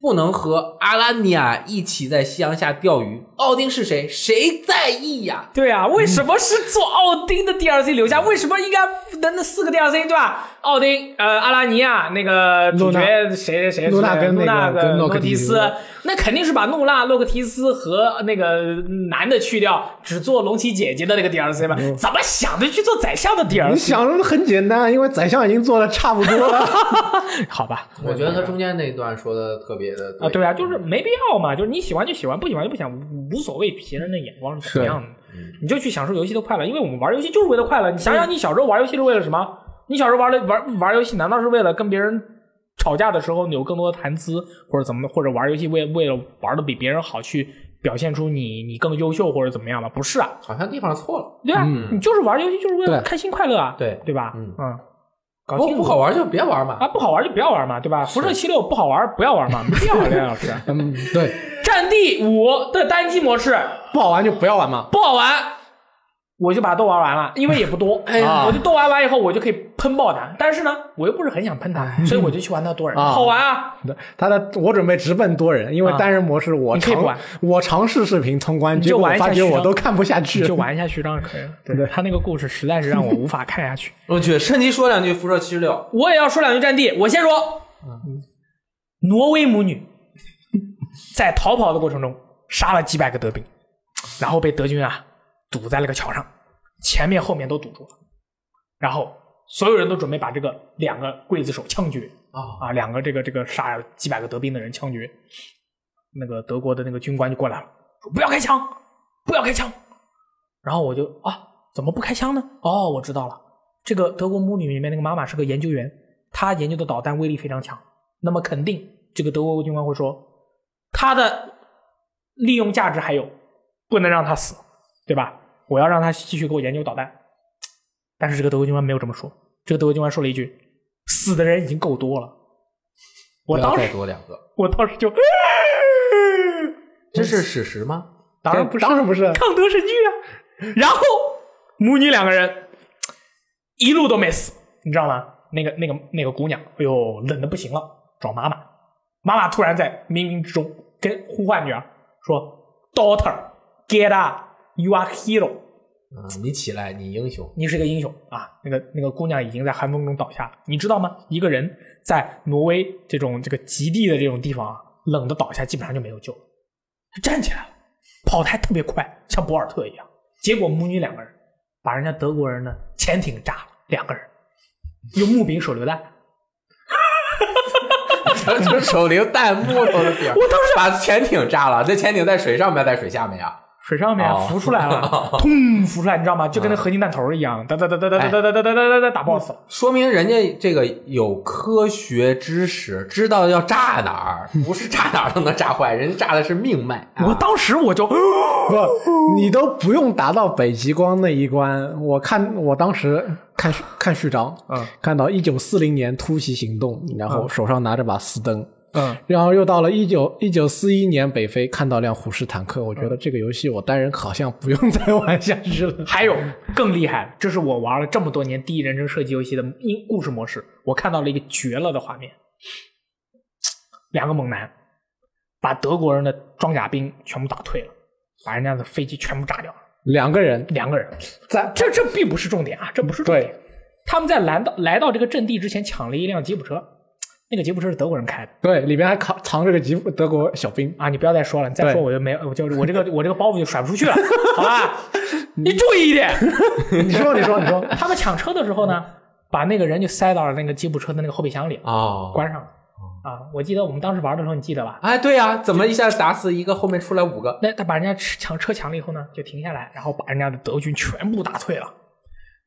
不能和阿拉尼亚一起在夕阳下钓鱼。奥丁是谁？谁在意呀、
对啊，为什么是做奥丁的 DLC 留下？为什么应该那那四个 DLC 对吧？奥丁、呃，阿拉尼亚那个主角谁谁谁，
露娜跟
露娜
那个跟
诺
诺克
提
提斯
斯，那肯定是把诺娜、洛克提斯和那个男的去掉，只做龙骑姐姐的那个 DLC 嘛？怎么想的去做宰相的
嗯你
DLC？
想的很简单，因为宰相已经做的差不多了。
好吧，
我觉得他中间那段说的特别的
啊，对啊，就是没必要嘛，就是你喜欢就喜欢，不喜欢就不想，无无所谓别人的眼光是怎么样的，你就去享受游戏的快乐，因为我们玩游戏就是为了快乐。你想想，你小时候玩游戏是为了什么？你小时候玩了玩玩游戏，难道是为了跟别人吵架的时候有更多的谈资，或者怎么的，或者玩游戏为为了玩的比别人好，去表现出你你更优秀或者怎么样吗？不是啊，
好像地方错了。
对啊，你就是玩游戏就是为了
对
开心快乐啊，
嗯对
对吧？
嗯
嗯，搞
不
清楚
不好玩就别玩嘛。
啊，不好玩就不要玩嘛，对吧？辐射七六不好玩不要玩嘛，没必要玩，梁老师。
嗯，对，
战地五的单机模式
不好玩就不要玩嘛。
不好玩，我就把它都玩完了，因为也不多， 哎
呀
我就都玩完以后，我就可以喷爆它。但是呢，我又不是很想喷它，所以我就去玩它多人，
啊
嗯好玩啊！
对他的我准备直奔多人，因为单人模式我
你可以不
尝、
玩
我尝试视频通关，
你
结
就
果我
玩一下
发觉
虚
我
张
都看不下 去
你
了，
就玩一下序章就可以了。对他那个故事实在是让我无法看下去。
我去，趁机说两句辐射七十六。
我也要说两句战地，我先说，挪威母女在逃跑的过程中杀了几百个德兵，然后被德军啊堵在了个桥上，前面后面都堵住了，然后所有人都准备把这个两个刽子手枪决
啊
啊，两个这个这个杀了几百个德兵的人枪决，那个德国的那个军官就过来了，说不要开枪，不要开枪，然后我就啊，怎么不开枪呢？哦，我知道了，这个德国母女里面那个妈妈是个研究员，她研究的导弹威力非常强。那么肯定这个德国军官会说，她的利用价值还有，不能让她死，对吧？我要让她继续给我研究导弹。但是这个德国军官没有这么说，这个德国军官说了一句：“死的人已经够多了。”我
不要
当
再
时，
多两个，
我当时就，
这是史实吗？
当然不
当然不是，
抗德神剧啊。然后母女两个人一路都没死，你知道吗？那个那个那个姑娘，哎呦，冷的不行了，找妈妈。妈妈突然在冥冥之中跟呼唤女儿说：“Daughter, get up, you are hero，
嗯，你起来，你英雄。
你是个英雄啊！”那个那个姑娘已经在寒风中倒下了，你知道吗？一个人在挪威这种这个极地的这种地方啊，冷的倒下基本上就没有救了。她站起来了，跑得还特别快，像博尔特一样。结果母女两个人把人家德国人的潜艇炸了，两个人用木柄手榴弹。
就是手榴弹木头的柄儿，
我当时
把潜艇炸了。那潜艇在水上面，在水下面呀？
水上面
哦
浮出来了，通浮出来，你知道吗？就跟那合金弹头儿一样，哒哒哒哒哒哒哒哒哒哒哒哒打 boss 了。
说明人家这个有科学知识，知道要炸哪儿，不是炸哪儿都能炸坏，人家炸的是命脉。啊
我当时我就，
不，你都不用达到北极光那一关。我看我当时看序看序章，
嗯
看到一九四零年突袭行动，然后手上拿着把丝灯，
嗯，
然后又到了一九一九四一年北非看到辆虎式坦克，我觉得
嗯
这个游戏我单人好像不用再玩下去了。
还有更厉害，这是我玩了这么多年第一人称射击游戏的英故事模式，我看到了一个绝了的画面，两个猛男把德国人的装甲兵全部打退了，把人家的飞机全部炸掉了，
两个人
两个人。
在
这这并不是重点啊，这不是重点。他们在来到来到这个阵地之前抢了一辆吉普车，那个吉普车是德国人开的。
对里边还藏藏着个吉普德国小兵，
啊，你不要再说了，你再说
对
我就没，我就我这个我这个包袱就甩不出去了，好吧？你注意一点。
你说你说你说，
他们抢车的时候呢，把那个人就塞到了那个吉普车的那个后备箱里，
哦，
关上了。啊，我记得我们当时玩的时候，你记得吧？
哎，对呀、怎么一下打死一个，后面出来五个？
那他把人家抢车抢了以后呢，就停下来，然后把人家的德军全部打退了。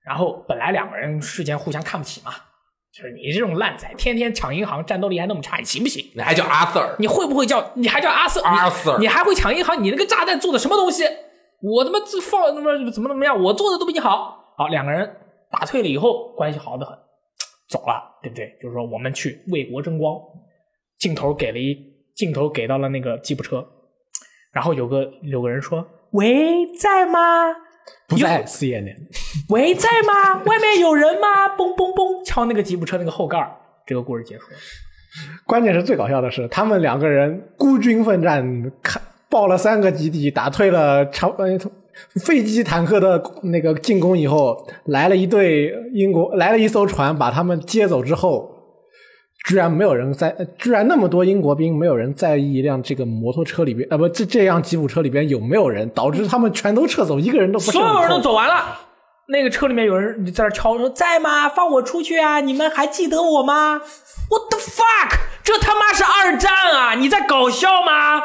然后本来两个人之间互相看不起嘛，就是你这种烂仔，天天抢银行，战斗力还那么差，你行不行？
那还叫阿 Sir？
你会不会叫？你还叫阿 Sir？
阿 Sir
你还会抢银行？你那个炸弹做的什么东西？我他妈这放他妈怎么怎么样？我做的都比你好。好，两个人打退了以后，关系好的很，走了，对不对？就是说我们去为国争光。镜头给了一镜头给到了那个吉普车，然后有个有个人说：“喂，在吗？
不在
有
四眼年，
喂，在吗？外面有人吗？”嘣嘣嘣，敲那个吉普车那个后盖儿。这个故事结束了。
关键是最搞笑的是，他们两个人孤军奋战，看爆了三个基地，打退了长呃飞机坦克的那个进攻以后，来了一队英国，来了一艘船把他们接走之后，居然没有人在，呃居然那么多英国兵没有人在意一辆这个摩托车里边，呃不，这这辆吉普车里边有没有人，导致他们全都撤走，一个人都不剩。
所有人都。走完了。那个车里面有人在那敲说：“在吗？放我出去啊！你们还记得我吗？”What the fuck！这他妈是二战啊！你在搞笑吗？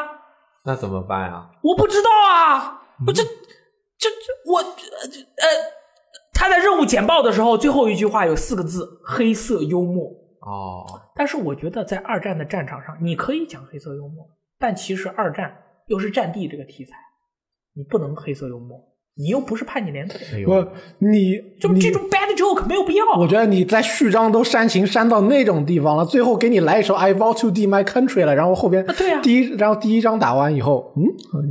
那怎么办呀、
我不知道啊！我这这这我这呃，他在任务简报的时候最后一句话有四个字：黑色幽默。
哦，
但是我觉得在二战的战场上，你可以讲黑色幽默，但其实二战又是战地这个题材，你不能黑色幽默，你又不是叛逆连队。
哎
不
呦，，
你
就
你
这种 bad joke 没有必要。
我觉得你在序章都煽情煽到那种地方了，最后给你来一首 I vow to d e my country 了，然后后边
啊对啊
第一，然后第一章打完以后，嗯，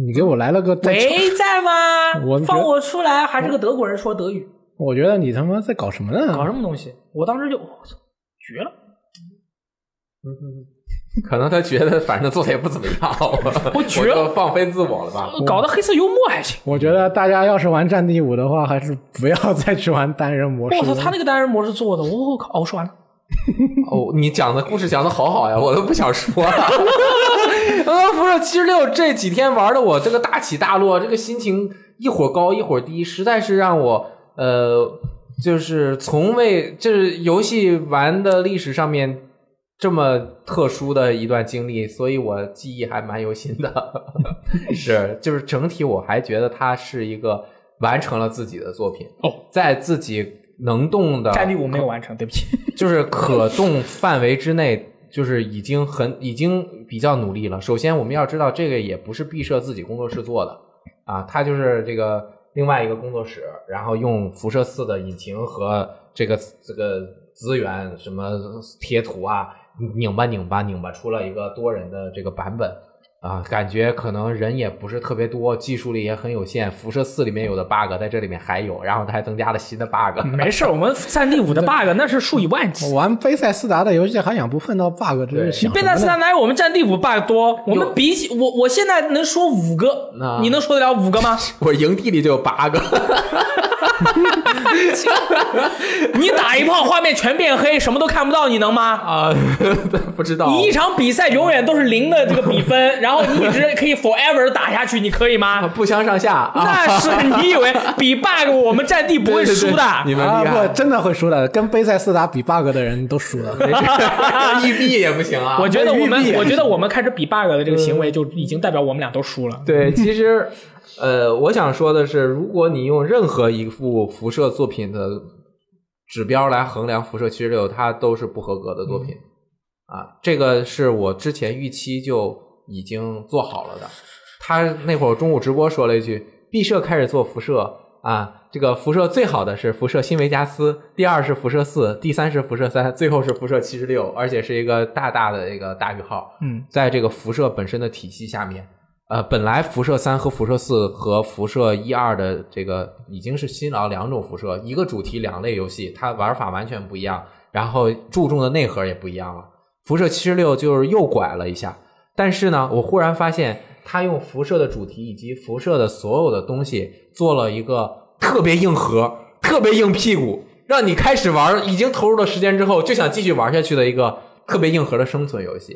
你给我来了个再唱
喂，在吗？
我们觉得
放我出来！还是个德国人说德语，
我觉得你他妈在搞什么
搞
呢？
什么东西？我当时就我操，绝了！
可能他觉得反正做的也不怎么样，我
绝
我
了
就放飞自我了吧？
搞得黑色幽默还行。
我觉得大家要是玩《战地五》的话，还是不要 再去玩单人模式
我
了。
操，他那个单人模式做的，我靠！哦我说
啊
完了，
哦，你讲的故事讲的好好呀，我都不想说了。 呃，辐射七十六这几天玩的我这个大起大落，这个心情一会儿高一会儿低，实在是让我呃，就是从未就是游戏玩的历史上面这么特殊的一段经历，所以我记忆还蛮犹新的。 是，就是整体我还觉得它是一个完成了自己的作品
哦，
在自己能动的
战地五没有完成，对不 起。
就是可动范围之内，就是已经很已经比较努力了。首先，我们要知道这个也不是毕设自己工作室做的啊，它就是这个另外一个工作室，然后用辐射四的引擎和这个这个资源什么贴图啊，拧吧拧吧拧吧，出了一个多人的这个版本。啊，感觉可能人也不是特别多，技术力也很有限。辐射四里面有的 bug 在这里面还有，然后它还增加了新的 bug。
没事儿，我们战地五的 bug 那是数以万计。
玩贝塞斯达的游戏还想不碰到 bug，真是想
贝纳斯达来，我们占第五 bug 多。我们比起我，我现在能说五个
啊，
你能说得了五个 吗？
我营地里就有八个，
你打一炮，画面全变黑，什么都看不到，你能吗？
啊，不知道。
你一场比赛永远都是零的这个比分，然后你一直可 以 forever 打下去，你可以 吗？
啊不相上下啊，
那是你以为比 bug 我们战地不会输的？
对对对你们
啊
厉害
不，真的会输的，跟贝塞斯达比 bug 的人都输了。
一逼也不行啊。
我觉得我
玉璧
们，
也
我觉得我们开始比 bug 的这个行为，就已经代表我们俩都输了。
对，其实，呃，我想说的是，如果你用任何一幅辐射作品的指标来衡量辐射七十六，它都是不合格的作品、啊。这个是我之前预期就已经做好了的。他那会儿中午直播说了一句：“毕设开始做辐射啊，这个辐射最好的是辐射新维加斯，第二是辐射四，第三是辐射三，最后是辐射七十六，而且是一个大大的一个大于号。”
嗯，
在这个辐射本身的体系下面，呃，本来辐射三和辐射四和辐射一二的这个已经是新老两种辐射，一个主题两类游戏，它玩法完全不一样，然后注重的内核也不一样了。辐射七十六就是右拐了一下，但是呢，我忽然发现它用辐射的主题以及辐射的所有的东西做了一个特别硬核、特别硬屁股，让你开始玩已经投入了时间之后就想继续玩下去的一个特别硬核的生存游戏。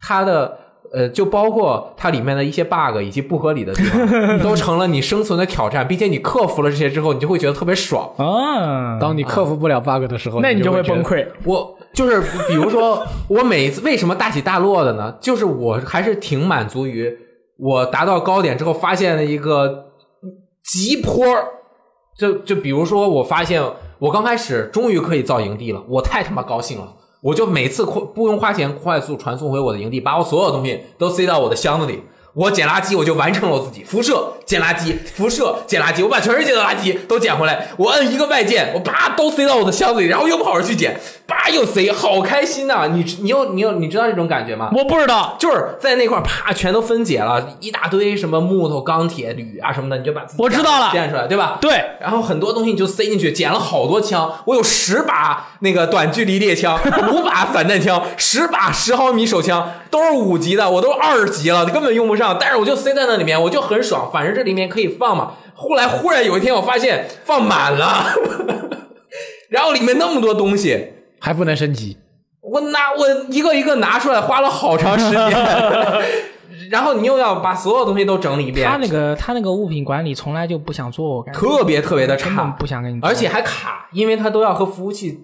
它的呃，就包括它里面的一些 bug 以及不合理的地方，都成了你生存的挑战，并且你克服了这些之后，你就会觉得特别爽。
啊，
当你克服不了 bug 的时候，
那你
就
就会
觉得
崩。溃。
我就是比如说，我每一次为什么大起大落的呢？就是我还是挺满足于我达到高点之后发现了一个急坡儿，就就比如说我发现我刚开始终于可以造营地了，我太他妈高兴了。我就每次快不用花钱快速传送回我的营地，把我所有东西都塞到我的箱子里。我捡垃圾，我就完成了我自己。辐射捡垃圾，辐射捡垃圾，我把全世界的垃圾都捡回来。我摁一个外键，我啪都塞到我的箱子里，然后又跑着去捡，啪又塞，好开心呐、你你有你有你知道这种感觉吗？
我不知道，
就是在那块儿啪全都分解了，一大堆什么木头、钢铁、铝啊什么的，你就把自己
我知道了
建出来，对吧？
对，
然后很多东西你就塞进去，捡了好多枪，我有十把那个短距离猎枪， 五把散弹枪，十把十毫米手枪，都是五级的，我都二级了，根本用不上。但是我就塞在那里面，我就很爽，反正这里面可以放嘛。后来忽然有一天，我发现放满了， 然后里面那么多东西，
还不能升级，
我拿我一个一个拿出来，花了好长时 间。然后你又要把所有东西都整理一遍，
他那个他那个物品管理从来就不想做，我感觉
特别特别的
根本
差，
不想跟你做，
而且还卡，因为它都要和服务器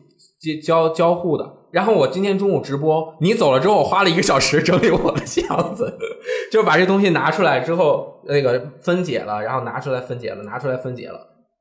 交交交互的。然后我今天中午直播，你走了之后，我花了一个小时整理我的箱子，就把这东西拿出来之后，那个分解了，然后拿出来分解了，拿出来分解了，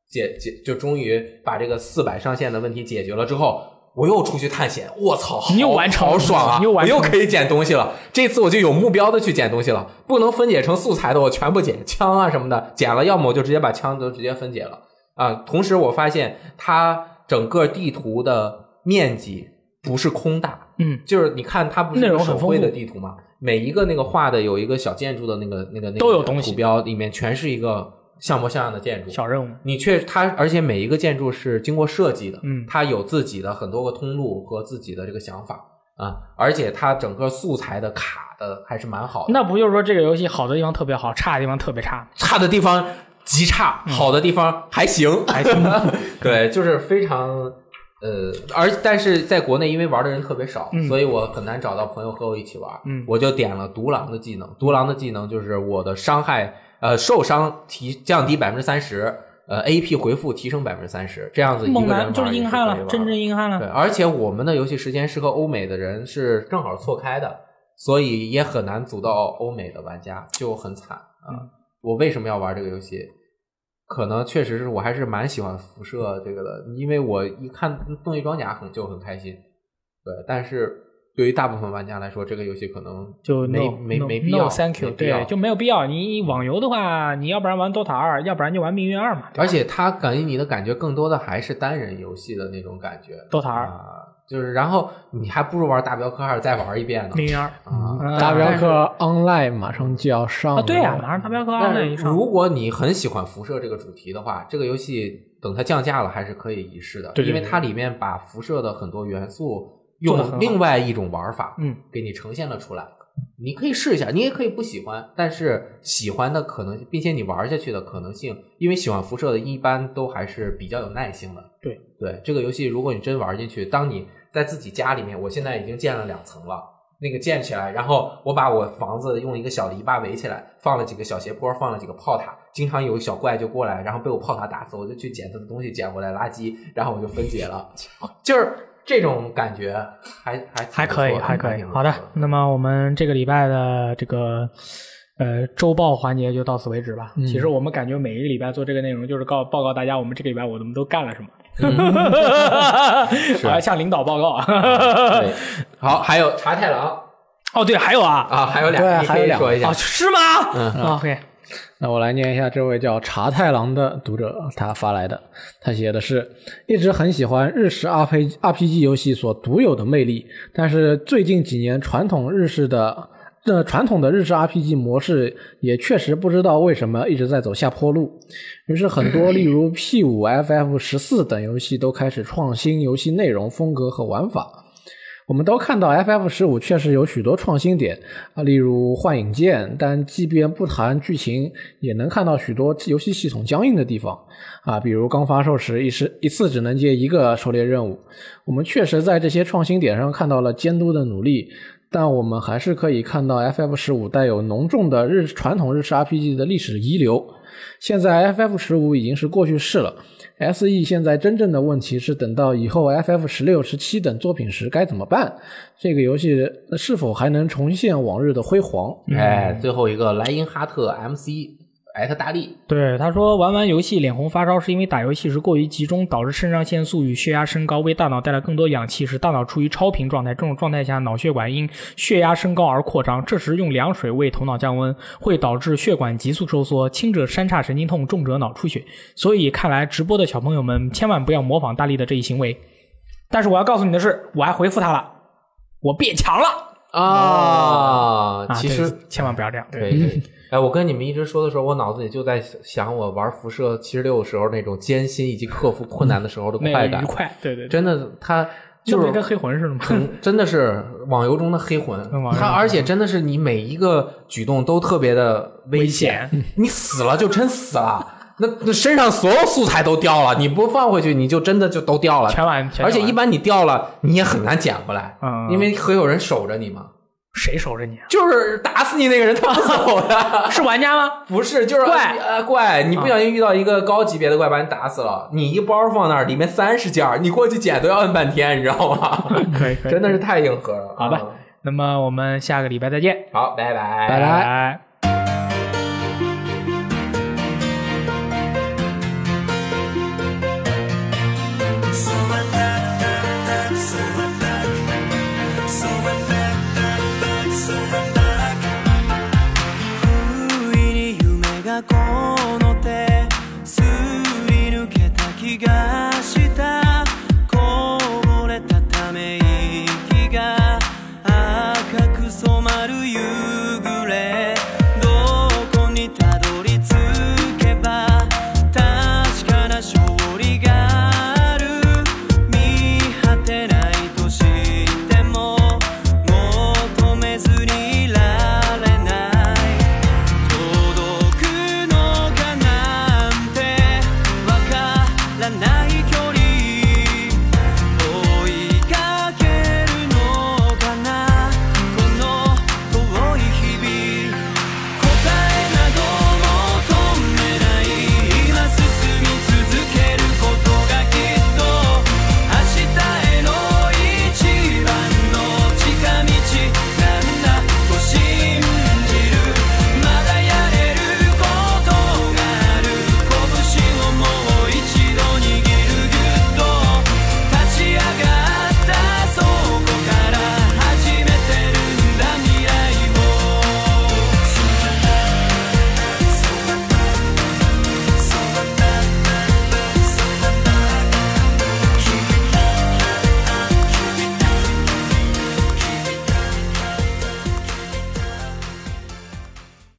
解解就终于把这个四百上限的问题解决了之后，我又出去探险，我操，
你又
好
完成
好
了
爽啊！
你又完
我又
成
可以捡东西了，这次我就有目标的去捡东西了，不能分解成素材的我全部捡，枪啊什么的捡了，要么我就直接把枪都直接分解了。啊，同时我发现它整个地图的面积不是空大，
嗯，
就是你看它不是
内容
有
很
手
丰富
绘的地图嘛，每一个那个画的有一个小建筑的那个那个那个
都有东西
图标里面全是一个像模像样的建筑，
小任务。
你确它，而且每一个建筑是经过设计的，
嗯
它有自己的很多个通路和自己的这个想法啊，而且它整个素材的卡的还是蛮好的，
那不就是说这个游戏好的地方特别好，差的地方特别差？
差的地方极差，
嗯
好的地方还行，还行， 对，就是非常。呃，而但是在国内，因为玩的人特别少，
嗯
所以我很难找到朋友和我一起玩。
嗯
我就点了独狼的技能。独狼的技能就是我的伤害，呃，受伤提降低百分之三十，呃，AP 回复提升百分之三十，这样子一个
猛
人玩
男就是
也
硬
可以
汉
玩
了，
的
真正硬
嗯
汉了。
对，而且我们的游戏时间是和欧美的人是正好错开的，所以也很难组到欧美的玩家，就很惨啊、
嗯
我为什么要玩这个游戏？可能确实是我还是蛮喜欢辐射这个的，因为我一看动力装甲很就很开心。对，但是对于大部分玩家来说，这个游戏可能
就
没
no,
没
no,
没必要
no thank you，
没必要
对，就没有必要。你网游的话，你要不然玩 DOTA 二，要不然就玩命运二嘛。
而且它给你的感觉更多的还是单人游戏的那种感觉
DOTA 二、
啊，就是然后你还不如玩大镖客二再玩一遍呢
命运二
啊。
嗯
大镖客 Online 马上就要上
啊，
了，
对呀、马上大镖客二
嗯但
那
是
一上，
如果你很喜欢辐射这个主题的话，这个游戏等它降价了还是可以一试的，
对对对
因为它里面把辐射的很多元素
做得很
用
好
另外一种玩法，
嗯，
给你呈现了出来。你可以试一下，你也可以不喜欢，但是喜欢的可能，并且你玩下去的可能性，因为喜欢辐射的，一般都还是比较有耐性的。
对
对，这个游戏如果你真玩进去，当你在自己家里面，我现在已经建了两层了，那个建起来，然后我把我房子用一个小篱笆围起来，放了几个小斜坡，放了几个炮塔，经常有小怪就过来，然后被我炮塔打死，我就去捡他的东西，捡回来垃圾，然后我就分解 了，就是这种感觉还还
还可以，还
还
可以。好的，
嗯
那么我们这个礼拜的这个呃周报环节就到此为止吧。
嗯
其实我们感觉每一个礼拜做这个内容，就是告报告大家我们这个礼拜我们都干了什么。
嗯
我要向领导报告。啊
对，好，还有茶太郎
哦，对，还有啊，
啊，还有俩，
对啊
你
还
可
有
以
俩
说一下
哦，。是吗？
嗯
啊，OK，
那我来念一下这位叫茶太郎的读者他发来的，他写的是一直很喜欢日式 R P R P G 游戏所独有的魅力，但是最近几年传统日式的这、传统的日式 R P G 模式也确实不知道为什么一直在走下坡路，于是很 多例如 P 五、F F 十四等游戏都开始创新游戏内容、风格和玩法。我们都看到 FF 十五确实有许多创新点啊，例如幻影剑，但即便不谈剧情，也能看到许多游戏系统僵硬的地方啊，比如刚发售时一时一次只能接一个狩猎任务。我们确实在这些创新点上看到了监督的努力，但我们还是可以看到 FF 十五带有浓重的日传统日式 RPG 的历史遗留。现在 FF 十五已经是过去式了。S.E 现在真正的问题是，等到以后 F.F. 十六、十七等作品时该怎么办？这个游戏是否还能重现往日的辉煌？
哎，
嗯
最后一个莱因哈特 MC 艾特大力，
对，他说玩完游戏脸红发烧是因为打游戏时过于集中，导致肾上腺素与血压升高，为大脑带来更多氧气，使大脑处于超频状态。这种状态下，脑血管因血压升高而扩张，这时用凉水为头脑降温，会导致血管急速收缩，轻者三叉神经痛，重者脑出血。所以看来直播的小朋友们千万不要模仿大力的这一行为。但是我要告诉你的是，我还回复他了，我变强了。
啊，
啊
其
对
实
千万不要这样，对嗯
对对。哎，我跟你们一直说的时候，我脑子里就在想我玩辐射七十六时候那种艰辛以及克服困难的时候的快
嗯那个
感
愉，快，对对对，
真的，它
这
就
不是跟
是
黑魂似的吗？
很真的是网游中的黑魂
嗯网游中，的
它而且真的是你每一个举动都特别的危
危
险，
险，
你死了就真死了。那那身上所有素材都掉了，你不放回去，你就真的就都掉了。
全完，全
而且
完
一般你掉了，你也很难捡回来，
嗯
因为会有人守着你嘛。
谁守着你、啊？
就是打死你那个人，他不走的，
是玩家吗？
不是就是
怪
呃怪，你不小心遇到一个高级别的怪，把你打死了，你一包放那儿，里面三十件儿，你过去捡都要摁半天，你知 道吗？
可以，可以
真的是太硬核了。
好吧
嗯，
那么我们下个礼拜再见，
好，拜拜，
拜。